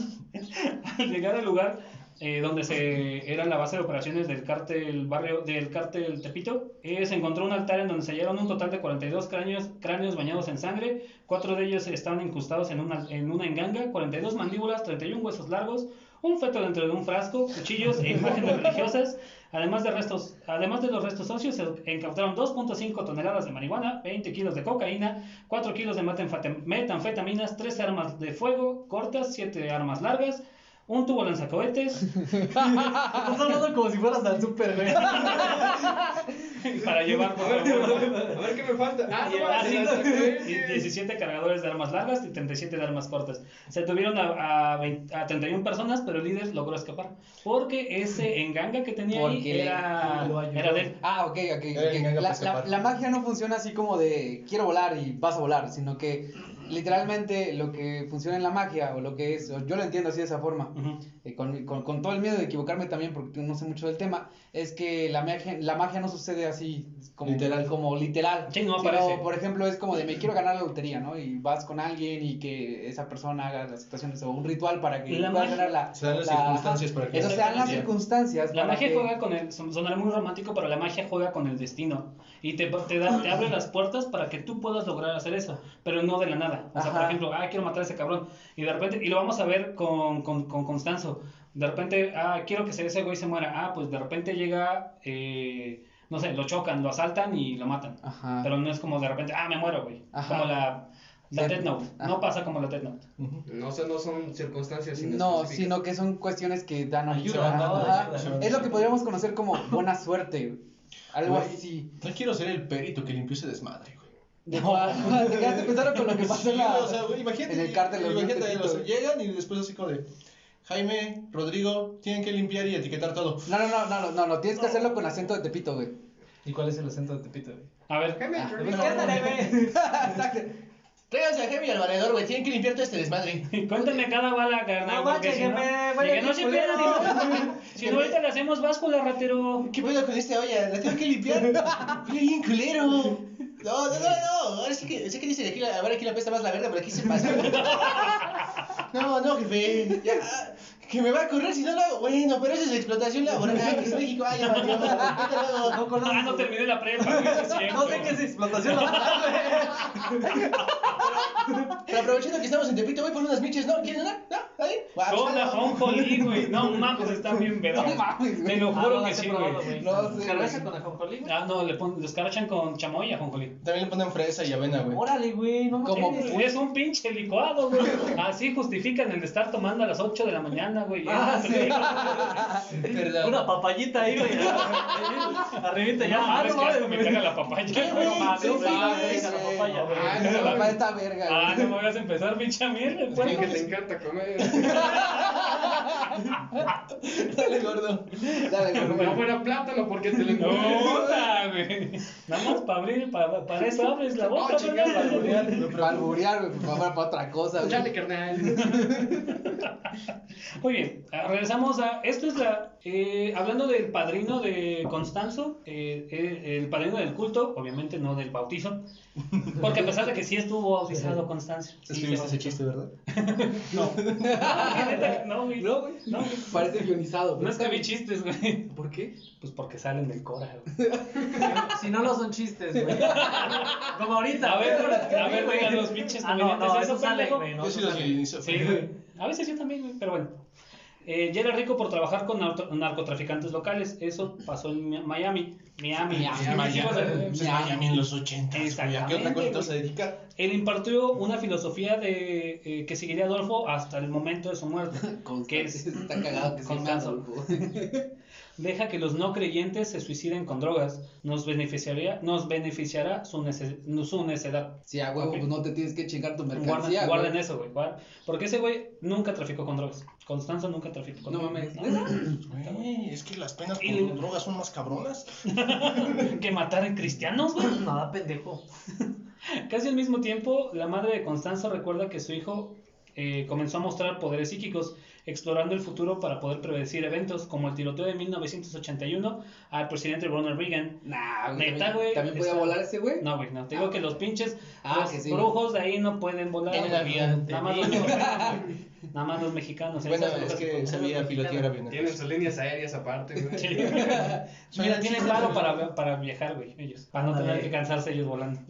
S4: Al llegar al lugar eh, donde se era la base de operaciones del cártel barrio del cártel Tepito, eh, se encontró un altar en donde se hallaron un total de 42 cráneos, cráneos bañados en sangre, cuatro de ellos estaban incrustados en una, en una enganga, 42 mandíbulas, 31 huesos largos, un feto dentro de un frasco, cuchillos e imágenes religiosas, además de restos, además de los restos socios se incautaron 2.5 toneladas de marihuana, 20 kilos de cocaína, 4 kilos de metanfate- metanfetaminas, 3 armas de fuego cortas, 7 armas largas, un tubo lanzacohetes
S3: Estás hablando como si fueras al súper, güey.
S4: para llevar por
S2: A ver,
S4: favor.
S2: a ver qué me falta. Ah, no,
S4: Llevar
S2: vale, las
S4: die-
S2: saqué.
S4: 17 cargadores de armas largas y 37 de armas cortas. Se tuvieron a, a, 20 a 31 personas, pero el líder logró escapar. Porque ese enganga que tenía ahí
S1: Porque le-
S4: era,
S3: lo ayudó.
S4: era de él.
S1: Ah, ok, ok.
S5: Era el
S1: ok. La,
S5: ñanga para
S1: la-
S5: escapar.
S1: la magia no funciona así como de quiero volar y vas a volar, sino que literalmente lo que funciona en la magia, o lo que es, o yo lo entiendo así de esa forma,
S4: Ujú.
S1: eh, con, con- con todo el miedo de equivocarme también porque no sé mucho del tema, es que la magia, la magia no sucede así como
S5: Literal.
S1: Como literal
S4: Sí, no
S1: sino,
S4: aparece.
S1: por ejemplo, es como de me quiero ganar la lotería, ¿no? Y vas con alguien y que esa persona haga las situaciones o un ritual para que
S4: La
S1: puedas
S4: magia-
S1: ganar la...
S5: Se dan las
S1: la-
S5: circunstancias para que-
S1: Eso, se dan las
S5: Exactamente.
S1: circunstancias.
S4: La
S1: Pues para
S4: magia
S1: que-
S4: juega con el. son- Sonará muy romántico, pero la magia juega con el destino. Y te, te, da- te abre las puertas para que tú puedas lograr hacer eso. Pero no de la nada. O sea, por
S1: Ajá.
S4: ejemplo, ah, quiero matar a ese cabrón. Y de repente. Y lo vamos a ver con, con, con Constanzo. De repente, ah, quiero que ese güey se muera. Ah, pues de repente llega. eh, no sé, lo chocan, lo asaltan y lo matan.
S1: Ajá.
S4: Pero no es como de repente, ah, me muero, güey.
S1: Ajá.
S4: Como la, la
S1: Sí.
S4: Death Note. No
S1: Ajá.
S4: pasa como la Death Note.
S5: Ujú.
S2: No, o sea, no son circunstancias
S1: No,
S2: inespecíficas.
S1: sino que son cuestiones que dan
S3: Ayuda,
S1: ayuda.
S3: ¿no?
S1: Ajá.
S3: Ayuda.
S1: Es lo que podríamos conocer como buena suerte. güey. Algo
S5: Güey.
S1: así.
S5: No quiero ser el perito que limpió ese desmadre, güey.
S1: De ya te empezaron con lo que pasó en la-
S5: Sí, o sea, güey, imagínate,
S1: en el cártel. de los
S5: imagínate,
S1: dientes,
S5: los-
S1: güey.
S5: llegan y después así como de Jaime, Rodrigo, tienen que limpiar y etiquetar todo.
S1: No, no, no, no, no, no, no, tienes que hacerlo con acento de Tepito, güey. Ah,
S3: ¿Y cuál es el acento de Tepito, güey?
S4: A ver,
S2: Jaime,
S3: ¿Qué
S2: Rodrigo,
S1: Exacto.
S5: Tráiganse a Jaime y al valedor, güey, tienen que limpiar todo este desmadre.
S4: cuéntame cada bala, carnal.
S3: No
S4: porque
S3: manches,
S4: si no,
S3: jefe, vaya
S4: y que no se
S3: culero.
S4: pierda ni- Si no, ahorita le hacemos báscula, ratero.
S5: ¿Qué pedo con esta olla? La tengo que limpiar. Mira bien culero. No, no, no, no. Ahora sí que, sé que dice aquí la, a ver aquí la pesta más la verde, pero aquí se pasa. No, no, jefe. Ya, que me va a correr si no lo hago. Bueno, pero eso es explotación laboral. Ah, que es México. Ay, ya valió. Ahorita lo hago.
S4: Ah, no terminé la prepa, güey. sí es cierto.
S3: No sé qué es explotación laboral, güey.
S5: Pero aprovechando que estamos en Tepito, voy por unas miches, ¿no? ¿Quieren una? ¿No? ¿Ahí? Va, pues,
S4: Hola,
S5: no.
S4: Jonjolí, güey. No mames, está bien verga.
S1: No mames, güey.
S4: Te lo
S3: Ah, no
S4: juro que
S3: las he
S4: sí,
S3: probado,
S4: güey.
S1: No sé,
S3: ¿Cerveza
S1: güey.
S3: con ajonjolí, güey?
S4: Ah, no, le pon, los carachan con chamoy a Jonjolí.
S5: También le ponen fresa y avena, güey.
S3: Órale, güey, no
S1: Como
S3: mames.
S1: pu-
S4: Es un pinche licuado, güey. Así justifican el estar tomando a las 8 de la mañana, güey.
S3: Ah, sí.
S5: Verdad.
S3: Una papayita ahí, güey. Arribita ya.
S4: No
S3: Ah,
S4: mames,
S3: no
S4: qué asco, me
S3: mames,
S4: caga
S3: güey.
S4: la papaya.
S5: güey,
S4: güey.
S3: No mames,
S5: sí,
S3: güey,
S5: sí,
S3: mames,
S5: sí.
S3: la papaya, güey.
S1: Ah, no, papá está verga, güey.
S4: Ah, no me vas a empezar, pinche mierda.
S2: Porque
S4: güey.
S2: te encanta comer.
S5: Dale, gordo.
S1: Dale, güey, güey.
S2: No fuera plátano porque te le
S4: No, puta, güey. Nada más para abrir, para, para eso abres la boca,
S2: Oh, chingada,
S4: ¿verdad?
S2: güey.
S1: Para alburear, güey, para, para otra cosa, güey.
S2: Dale, carnal.
S4: Muy bien, ah, regresamos a. Esto es la. eh, hablando del padrino de Constanzo, eh, eh, el padrino del culto, obviamente no del bautizo, porque a pesar de que sí estuvo bautizado Constanzo. sí se bautizó.
S5: ¿verdad?
S4: No. No, neta, No, güey.
S1: No, güey.
S4: No, güey.
S1: Parece guionizado, güey.
S4: No escribí chistes, güey.
S1: ¿Por qué?
S4: Pues porque salen del Cora, güey.
S3: Si no, no son chistes, güey. Como ahorita.
S4: A ver,
S3: güey, no los
S4: a ver,
S3: escribí,
S4: digan
S3: güey.
S4: los pinches
S3: Ah, no, no,
S4: comediantes,
S3: eso
S4: eso,
S3: sale,
S4: pendejo.
S3: güey. no,
S5: Yo
S3: eso
S5: sí los
S3: sale.
S5: inicio.
S4: Sí, güey. A veces yo también, güey, pero bueno. Eh, ya era rico por trabajar con narco- narcotraficantes locales. Eso pasó en Mi- Miami. Miami.
S1: Miami.
S4: Miami.
S5: Pues es Miami en los 80. ¿A qué otra cosa
S4: Exactamente,
S5: te vas a dedicar?
S4: Él impartió una filosofía de eh, que seguiría Adolfo hasta el momento de su muerte. que es
S1: Está cagado que se llame
S4: Constanzo.
S1: Adolfo.
S4: Deja que los no creyentes se suiciden con drogas. Nos beneficiaría, nos beneficiará su, nece- su necedad.
S1: Sí, a huevo,
S4: Ok.
S1: pues no te tienes que chingar tu
S4: Guarda-
S1: mercancía,
S4: guarden
S1: güey.
S4: eso, güey. guarda- Porque ese güey nunca traficó con drogas. Constanzo nunca traficó con
S1: No
S4: drogas.
S1: mames.
S5: Güey, es que las penas por
S4: Y-
S5: drogas son más cabronas.
S4: Que mataran cristianos, güey.
S3: Nada, pendejo.
S4: Casi al mismo tiempo, la madre de Constanzo recuerda que su hijo eh, comenzó a mostrar poderes psíquicos, explorando el futuro para poder predecir eventos como el tiroteo de 1981 al presidente Ronald Reagan.
S1: Nah, güey.
S4: Neta, güey.
S1: ¿También podía
S4: Está-
S1: volar ese, güey?
S4: No, güey, no. Te digo que los pinches
S1: Ah,
S4: los
S1: que sí.
S4: brujos de ahí no pueden volar.
S5: Tienen
S4: güey.
S5: avión.
S4: Nada más los mexicanos, güey. Nada más los mexicanos. Esas
S5: Bueno, es
S4: cosas
S5: que
S4: se
S5: sabía pilotear
S2: Tienen
S5: aviones.
S2: sus líneas aéreas aparte, güey.
S4: Sí. Mira, tienen claro para, para viajar, güey, ellos. Para no tener
S3: Ándale.
S4: que cansarse ellos volando.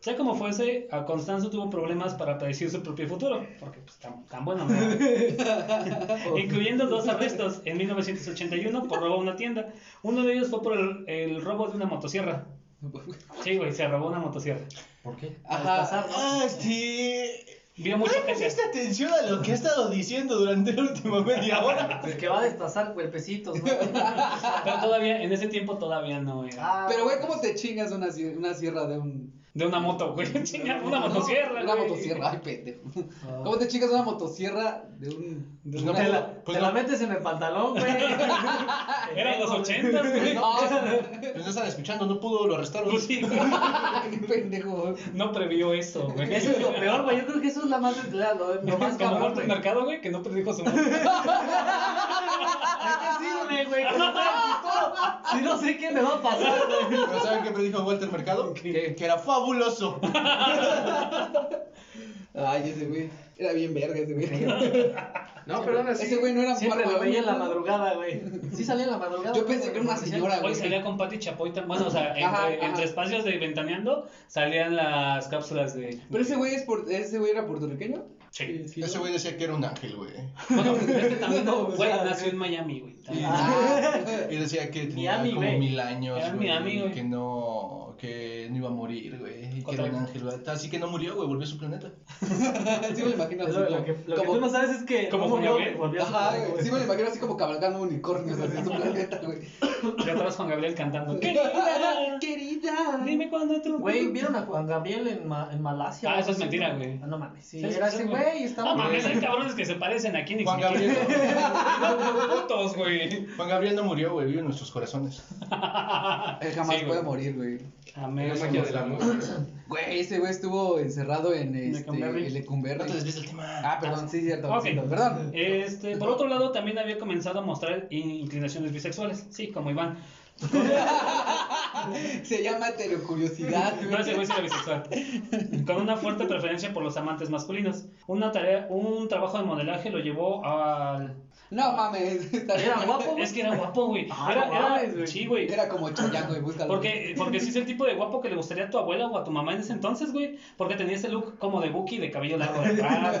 S4: Sea como fuese, a Constanzo tuvo problemas para predecir su propio futuro, porque pues tan, tan bueno. ¿no? Incluyendo dos arrestos en 1981 por robo a una tienda. Uno de ellos fue por el, el robo de una motosierra. Sí, güey, se robó una motosierra.
S2: ¿Por qué?
S1: Ajá.
S3: pasar, ¿no?
S5: Ah, sí.
S4: Vio mucho que
S5: Presta atención a lo que ha estado diciendo durante la última media hora.
S3: Pues que va a destazar cuerpecitos, ¿no?
S4: Pero todavía, en ese tiempo todavía no era.
S3: Ah,
S1: Pero, güey, ¿cómo te chingas una, sie- una sierra de un.
S4: De una moto, güey. Chinga, una motosierra,
S1: Una
S4: güey.
S1: motosierra, ay, pendejo.
S3: Ah.
S1: ¿Cómo te chingas una motosierra de un.
S4: De
S1: una-
S3: te la,
S5: pues
S3: te
S5: no.
S3: la metes en el pantalón, güey.
S4: Eran los ochentas, güey.
S1: No,
S5: Pues no están escuchando, no pudo, lo arrestaron.
S4: Pues sí, güey.
S1: qué pendejo.
S4: No previó eso, güey.
S3: Eso es lo peor, güey. Yo creo que eso es la más, la, lo, lo más
S4: Como
S3: cabrón, güey.
S4: Walter Mercado, güey, que no predijo su muerte.
S3: ¿De qué sirve, güey? Que no sea el futuro. Si no sé qué me va a pasar, güey.
S5: ¿Pero saben qué predijo Walter Mercado? Que era fabuloso.
S1: Ay, ese güey. Era bien verga ese güey.
S2: No, pero aún así.
S1: Ese güey no era
S3: Siempre
S1: bárbaro,
S3: lo veía en la
S1: ¿no?
S3: madrugada, güey. Sí salía en la madrugada.
S1: Yo pensé que era una señora,
S4: Hoy
S1: güey.
S4: salía con Pati Chapoy, tan- bueno, o sea, entre,
S1: Ajá, ajá.
S4: entre espacios de Ventaneando salían las cápsulas de...
S1: Pero ese güey es por... ese güey era puertorriqueño.
S4: Sí.
S3: Sí, sí,
S5: Ese
S3: ¿no?
S5: güey decía que era un ángel, güey.
S4: Bueno, es que también
S3: No, o
S4: güey,
S3: sea,
S4: nació en Miami, güey.
S5: Y,
S4: También.
S5: Ah.
S1: Ah,
S5: y decía que tenía
S4: Miami,
S5: como
S4: güey.
S5: mil años,
S4: Era en
S5: güey,
S4: Miami,
S5: y
S4: güey.
S5: que no, que no iba a morir, güey, y que era un
S4: Otra-
S5: ángel, güey. Así que no murió, güey, volvió a su planeta.
S6: Sí me lo imagino
S3: Es
S6: así.
S3: Lo, lo
S6: como-
S3: que, lo que
S6: como-
S3: tú no sabes es que
S4: como
S3: no murió,
S4: Julián.
S3: volvió a su
S6: Ajá,
S3: planeta,
S6: güey, sí me lo imagino así como cabalgando unicornios hacia su planeta, güey.
S4: Y atrás Juan Gabriel cantando. ¿Qué?
S6: Querida.
S4: Dime cuándo tú.
S3: Güey, ¿vieron a Juan Gabriel en, Ma- en Malasia?
S4: Ah,
S3: o
S4: eso es
S3: algo así?
S4: mentira, güey.
S3: Ah, No mames, sí,
S4: ¿Sabes
S3: era
S4: qué,
S3: ese güey, estaba...
S4: No mames, hay cabrones que se parecen aquí en
S5: Juan
S4: Ixmiquilpan.
S5: Gabriel,
S4: Putos, güey.
S5: Juan Gabriel no murió, güey, vive en nuestros corazones.
S6: Él jamás
S4: Sí, güey.
S6: puede morir, güey.
S4: Amén.
S2: La magia de la música.
S6: Güey, ese güey estuvo encerrado en este,
S4: Lecumberri.
S6: en Lecumberri.
S5: No te desvíes del tema.
S6: Ah, perdón, sí, cierto.
S4: Ok.
S6: cierto, Perdón.
S4: Este, por otro lado, también había comenzado a mostrar inclinaciones bisexuales. Sí, como Iván.
S6: Se llama heterocuriosidad, güey.
S4: No ese güey sí era bisexual. Con una fuerte preferencia por los amantes masculinos. Una tarea, un trabajo de modelaje lo llevó al.
S6: No mames. está bien.
S3: Era guapo, güey.
S4: Es que era guapo, güey.
S3: Ah,
S4: Era,
S3: no
S4: era-
S3: mames, güey.
S4: sí, güey.
S6: Era como Chayanne, güey, búscalo.
S4: Porque, porque sí es el tipo de guapo que le gustaría a tu abuela o a tu mamá en ese entonces, güey. Porque tenía ese look como de Buki, de cabello largo de atrás,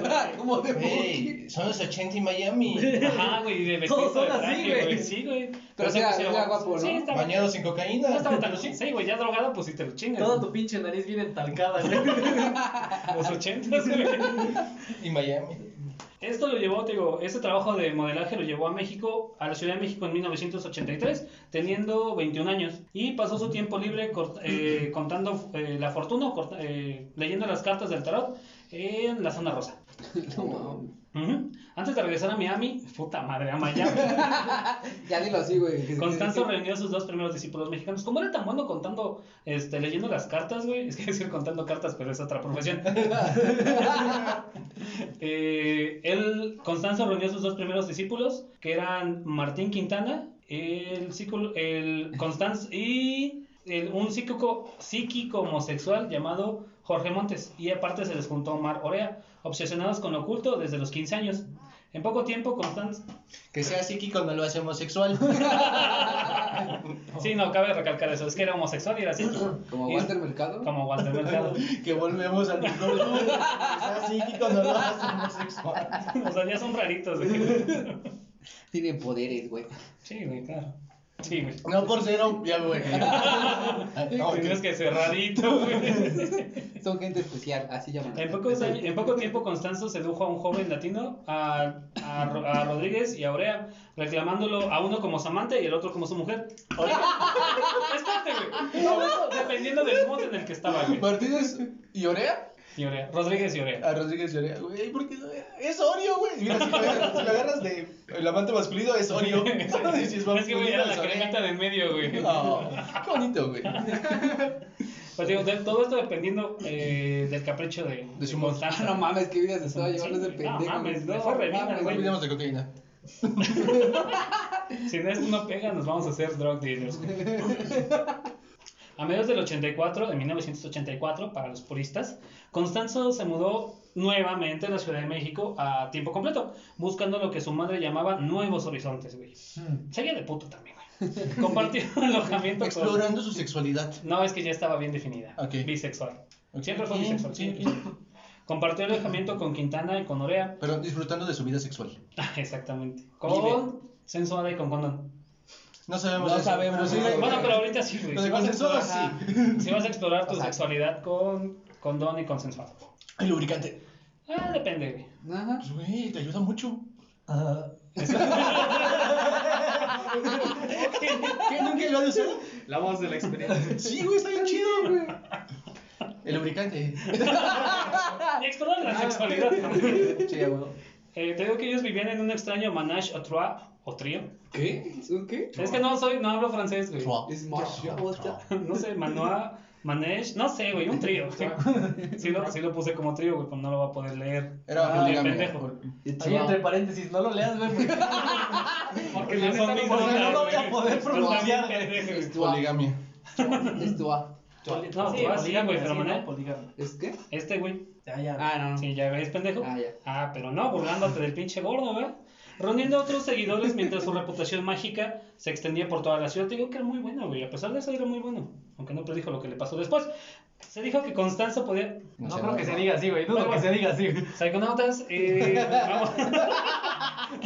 S4: güey.
S6: Ah, como de Buki.
S5: Güey, son los 80 y Miami.
S4: Ajá, güey, de vestido
S3: Todos son
S4: de traje,
S3: así, güey.
S4: Sí, güey.
S6: Pero
S4: sí
S6: era-
S4: pues,
S6: era guapo,
S4: Sí,
S6: ¿no?
S4: estaba,
S5: Bañados en cocaína.
S4: no estaba tan lucido. Sí, güey, ya drogado, pues sí te lo chingas.
S3: Toda tu pinche nariz bien entalcada, güey.
S4: Los ochentas, güey.
S5: Y Miami.
S4: Esto lo llevó, te digo, este trabajo de modelaje lo llevó a México, a la Ciudad de México en 1983, teniendo 21 años. Y pasó su tiempo libre cort- eh, contando eh, la fortuna, o corta- eh, leyendo las cartas del tarot en la zona rosa.
S6: No mames.
S4: Ujú. Antes de regresar a Miami, puta madre, a Miami.
S6: Ya dilo así, güey. que-
S4: Constanzo
S6: que-
S4: reunió a sus dos primeros discípulos mexicanos. Como era tan bueno contando, este, leyendo las cartas, güey? Es que iba a decir contando cartas, pero es otra profesión. Eh, él, Constanzo reunió a sus dos primeros discípulos, que eran Martín Quintana, el psículo, el Constanzo y el- un psíquico, psíquico homosexual llamado Jorge Montes. Y aparte se les juntó Omar Orea, obsesionados con lo oculto desde los 15 años. En poco tiempo, Constanzo
S5: Que sea psíquico no lo hace homosexual.
S4: Sí, no, cabe recalcar eso. Es que era homosexual y era así.
S6: Como
S4: Y-
S6: Walter Mercado.
S4: Como Walter Mercado.
S5: que volvemos al mismo lugar. Que sea psíquico no lo hace homosexual.
S4: O sea, ya son raritos. güey.
S6: Tiene poderes, güey.
S4: Sí, güey, claro. Sí, güey.
S5: No por ser un... Ya, güey. No,
S4: Tienes que ser rarito, güey.
S6: Son gente especial, así llaman.
S4: En, pocos años- en poco tiempo, Constanzo sedujo a un joven latino, a, a, Ro- a Rodríguez y a Aurea, reclamándolo a uno como su amante y el otro como su mujer. Oiga, espérate, güey. No, eso dependiendo del mood en el que estaba, güey.
S5: Martínez y Orea.
S4: Y Aurea. Rodríguez y Aurea.
S5: A Rodríguez y Orea, güey, porque es Oreo, güey. Mira, si lo agarras, si lo agarras de el amante masculino, es Oreo. Y si
S4: Es que, güey, era la
S5: Orea.
S4: cremita de en medio, güey.
S5: Oh, qué bonito, güey.
S4: Pues digo, de- todo esto dependiendo eh, del capricho de,
S5: De su monstruo.
S6: Ah, no mames, qué vida se estaba llevando ese
S4: Sí, no
S6: pendejo.
S4: mames,
S6: güey.
S4: no, fue revina,
S5: No
S4: güey.
S5: olvidemos de cocaína.
S4: Si no, esto no pega, nos vamos a hacer drug dealers. A mediados del 84, de 1984, para los puristas, Constanzo se mudó nuevamente a la Ciudad de México a tiempo completo, buscando lo que su madre llamaba nuevos horizontes, güey.
S5: Hmm.
S4: Seguía de puto también, güey. Compartió alojamiento con-
S5: Explorando su sexualidad.
S4: No, es que ya estaba bien definida.
S5: Ok.
S4: Bisexual.
S5: Ok.
S4: Siempre fue
S5: Sí,
S4: bisexual.
S5: sí,
S4: siempre. Compartió alojamiento con Quintana y con Orea.
S5: Pero disfrutando de su vida sexual.
S4: Ah, Exactamente.
S5: Vive.
S4: Con sensuada y con condón.
S5: No sabemos.
S6: No
S5: eso,
S6: sabemos,
S5: pero sí,
S6: güey.
S4: Bueno, pero ahorita sí, güey.
S5: Lo de
S4: Si vas a
S5: consensuado,
S4: explorar- Si vas a explorar tu
S6: Ajá.
S4: sexualidad con condón y consensuado.
S5: El lubricante.
S4: Ah, depende, güey.
S6: Ajá.
S5: Pues, güey, te ayuda mucho.
S4: Ah.
S5: ¿Qué? ¿Nunca lo han usado?
S2: La voz de la experiencia.
S5: Sí, güey, está bien chido, güey. El lubricante.
S4: Y explorar la sexualidad.
S5: Sí, güey.
S4: Eh, te digo que ellos vivían en un extraño manage o trois o trío.
S6: ¿Qué? ¿Es un qué?
S4: Es que no soy, no hablo francés, güey.
S6: Es macho.
S4: No sé, manoa, manage, no sé, güey, un trío. Sí lo, sí lo puse como trío, güey, pues no lo va a poder leer.
S5: Era
S4: Ah,
S5: poligamia.
S4: pendejo.
S3: Ahí entre paréntesis, no lo leas, güey, porque, porque la
S4: No
S3: neta
S4: son mis
S3: no, porque no
S4: notas,
S3: lo voy
S4: güey.
S3: a poder
S4: Están
S3: pronunciar.
S4: bien pendejos.
S5: Poligamia.
S6: Es tu A.
S3: Poli-
S4: No, tú vas, sí,
S3: poligamia,
S4: güey, pero
S3: sí,
S4: maná.
S3: ¿no? Poligamia.
S6: ¿Es qué?
S4: Este güey.
S3: Ya, ya.
S6: Ah, no, no.
S4: Sí, ya ves, pendejo.
S6: Ah, ya.
S4: Ah, pero no, burlándote del pinche gordo, ¿verdad? Reuniendo a otros seguidores mientras su reputación mágica se extendía por toda la ciudad. Te digo que era muy bueno, güey. A pesar de eso, era muy bueno. Aunque no predijo lo que le pasó después. Se dijo que Constanzo podía.
S5: No
S3: No,
S5: sé,
S3: creo
S5: no.
S3: que se diga así, güey. Dudo que se diga así. güey.
S4: Psychonautas, eh, vamos.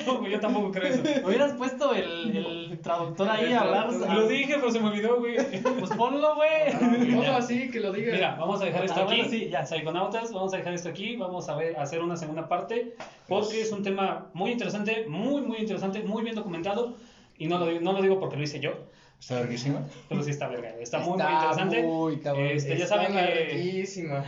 S4: No, güey, yo tampoco creo eso.
S3: Hubieras puesto el, el traductor ahí
S2: El
S3: a hablar.
S2: traductor.
S3: a-
S4: Lo dije, pero se me olvidó, güey.
S3: Pues ponlo, güey.
S2: Ah, No, así, que lo diga.
S4: Mira, vamos a dejar esto
S3: Ah,
S4: aquí.
S3: bueno, sí, ya.
S4: Psychonautas, vamos a dejar esto aquí. Vamos a ver, a hacer una segunda parte.
S1: Pues
S4: Porque es un tema muy interesante, muy, muy interesante, muy bien documentado. Y no lo, digo- no lo digo porque lo hice yo,
S5: Está larguísima.
S4: pero sí está verga. Está muy, muy
S1: Está
S4: interesante.
S1: muy cabrón.
S4: Este, ya
S1: Está
S4: saben que.
S2: Larguísima.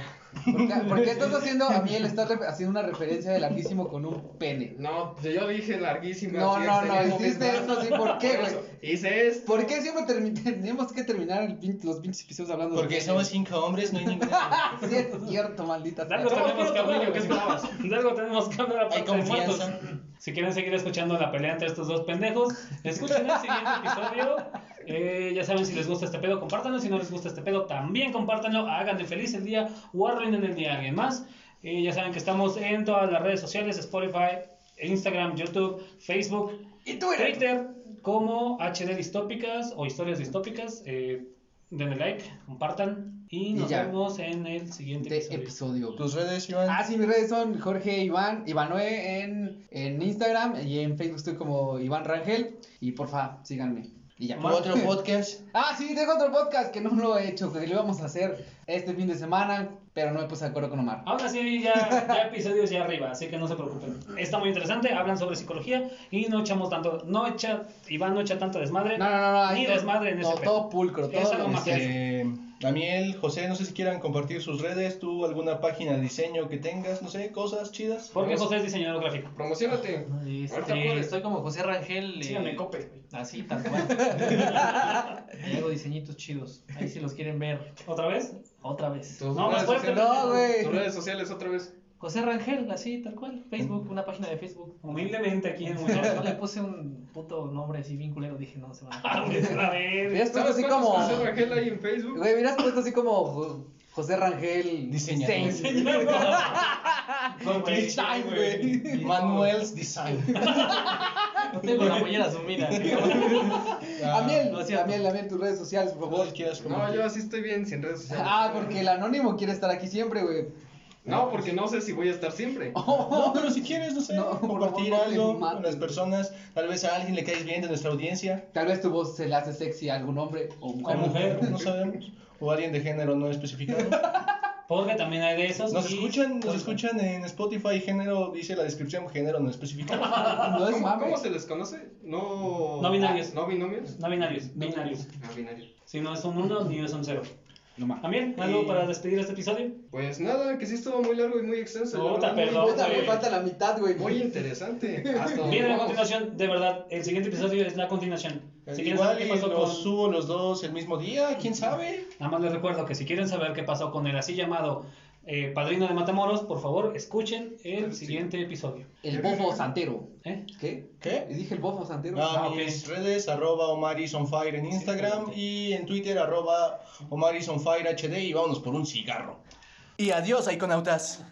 S1: ¿Por qué, por qué estás haciendo a Miel? Estás re- haciendo una referencia de larguísimo con un pene.
S2: No, pues, yo dije larguísima.
S1: No,
S2: sí,
S1: no,
S2: este,
S1: no,
S2: dijo
S1: hiciste
S2: misma.
S1: eso sí, ¿por qué,
S2: Por
S1: güey?
S2: eso, Hice esto.
S1: ¿Por qué siempre termi- tenemos que terminar el pin- los pinches episodios hablando de
S5: Porque
S1: penes?
S5: somos cinco hombres, no hay ninguna.
S1: Sí, es cierto, maldita
S4: De algo
S1: sea.
S4: tenemos que hablar,
S2: ¿qué
S4: güey.
S2: esperabas?
S4: De algo tenemos que hablar aparte
S5: Hay
S4: de muertos.
S5: confianza.
S4: Si quieren seguir escuchando la pelea entre estos dos pendejos, escuchen el siguiente episodio. Eh, ya saben, si les gusta este pedo, compártanlo. Si no les gusta este pedo, también compártanlo. Háganle feliz el día o arruinen el día a alguien más. Eh, ya saben que estamos en todas las redes sociales: Spotify, Instagram, YouTube, Facebook,
S1: Y tú eres.
S4: Twitter, como HD Distópicas o Historias Distópicas. Eh, denle like, compartan. Y
S1: Y
S4: nos
S1: ya.
S4: vemos en el siguiente
S1: De Este
S4: episodio.
S1: episodio.
S5: Tus redes, Iván.
S1: Ah, sí, mis redes son Jorge Iván, Ivanoe en, en Instagram y en Facebook estoy como Iván Rangel. Y porfa, síganme. Y ya.
S5: Tu otro podcast.
S1: Ah, sí, tengo otro podcast que no lo he hecho, que lo íbamos a hacer este fin de semana, pero no me puse de acuerdo con Omar.
S4: Ahora sí, ya, ya episodios ya arriba, así que no se preocupen. Está muy interesante, hablan sobre psicología y no echamos tanto, no echa, Iván no echa tanto desmadre.
S1: No, no, no, no. ahí
S4: Ni
S1: todo-
S4: desmadre en ese
S1: todo,
S4: pedo.
S1: todo pulcro, todo
S4: Eso
S1: lo
S4: nomás
S1: que sea.
S5: Eh, Daniel, José, no sé si quieran compartir sus redes, tú alguna página de diseño que tengas, no sé, cosas chidas.
S1: pues.
S4: Porque José es diseñador gráfico.
S2: Promocionate. Ahorita
S3: Este,
S2: puedes.
S3: estoy como José Rangel. eh,
S4: Síganme, cope.
S3: Así, tal cual. Ahí hago diseñitos chidos. Ahí si los quieren ver
S4: ¿Otra vez?
S3: otra vez.
S2: Tus
S4: No,
S2: redes
S4: más fuerte.
S2: sociales-
S1: No, güey.
S2: Tus redes sociales otra vez.
S3: José Rangel, así, tal cual. Facebook, una página de Facebook.
S4: Humildemente aquí en
S3: No le
S4: Muñoz.
S3: puse un puto nombre así bien culero. Dije, no, se van
S4: Ah,
S3: a...
S4: güey, otra vez.
S1: Hubieras puesto así
S2: cuántos
S1: como.
S2: José Rangel hay en Facebook?
S1: Güey, hubieras puesto así como Jo- José Rangel.
S5: Diseñador.
S1: Diseño.
S4: Con cliché,
S1: Ay,
S4: güey.
S1: güey.
S5: Manuel's Design.
S3: No tengo la mollera sumida.
S1: Amiel,
S3: lo
S1: Amiel,
S3: siento.
S1: Amiel, tus redes sociales, por favor.
S5: ¿Vos quieras
S2: No,
S5: compartir?
S2: yo así estoy bien sin redes sociales.
S1: Ah, porque el anónimo quiere estar aquí siempre, güey.
S2: No, porque no sé si voy a estar siempre.
S5: No, pero si quieres, no sé,
S1: No, por
S5: compartir
S1: favor, no te
S5: algo con
S1: mates.
S5: las personas, tal vez a alguien le caes bien de nuestra audiencia,
S1: Tal vez tu voz se le hace sexy a algún hombre o
S5: o
S1: mujer.
S5: mujer, no sabemos, o alguien de género no especificado.
S4: Porque también hay de esos.
S5: Nos
S4: y-
S5: escuchan, nos escuchan en Spotify, género, dice la descripción, género no especificado.
S1: No es
S2: ¿Cómo,
S1: mame.
S2: cómo se les conoce? No.
S4: No binarios.
S2: No binomios.
S4: No binarios, binarios.
S2: Ah, binarios.
S4: Si no es un 1 ni es un 0.
S1: No mames.
S4: También, algo
S1: Eh.
S2: Y-
S4: para despedir este episodio.
S2: Pues nada, que sí estuvo muy largo y muy extenso. la
S4: Puta,
S2: verdad,
S4: perdón.
S2: muy-
S1: Yo también falta la mitad, güey.
S2: Muy interesante. Hasta donde
S4: Viene la
S2: vamos.
S4: continuación, de verdad. El siguiente episodio es la continuación. Si quieren
S5: Igual
S4: saber
S5: y
S4: qué pasó
S5: los
S4: con.
S5: subo los dos el mismo día, quién sabe.
S4: Nada más les recuerdo que si quieren saber qué pasó con el así llamado eh, padrino de Matamoros, por favor escuchen el siguiente episodio.
S1: El bofo santero.
S4: ¿eh?
S1: ¿Qué?
S5: ¿Qué?
S1: Dije el bofo santero.
S5: Ah,
S4: Ah, ok.
S5: mis redes, arroba Omaris on Fire en Instagram y en Twitter, arroba Omaris on Fire HD y vámonos por un cigarro. Y adiós, iconautas.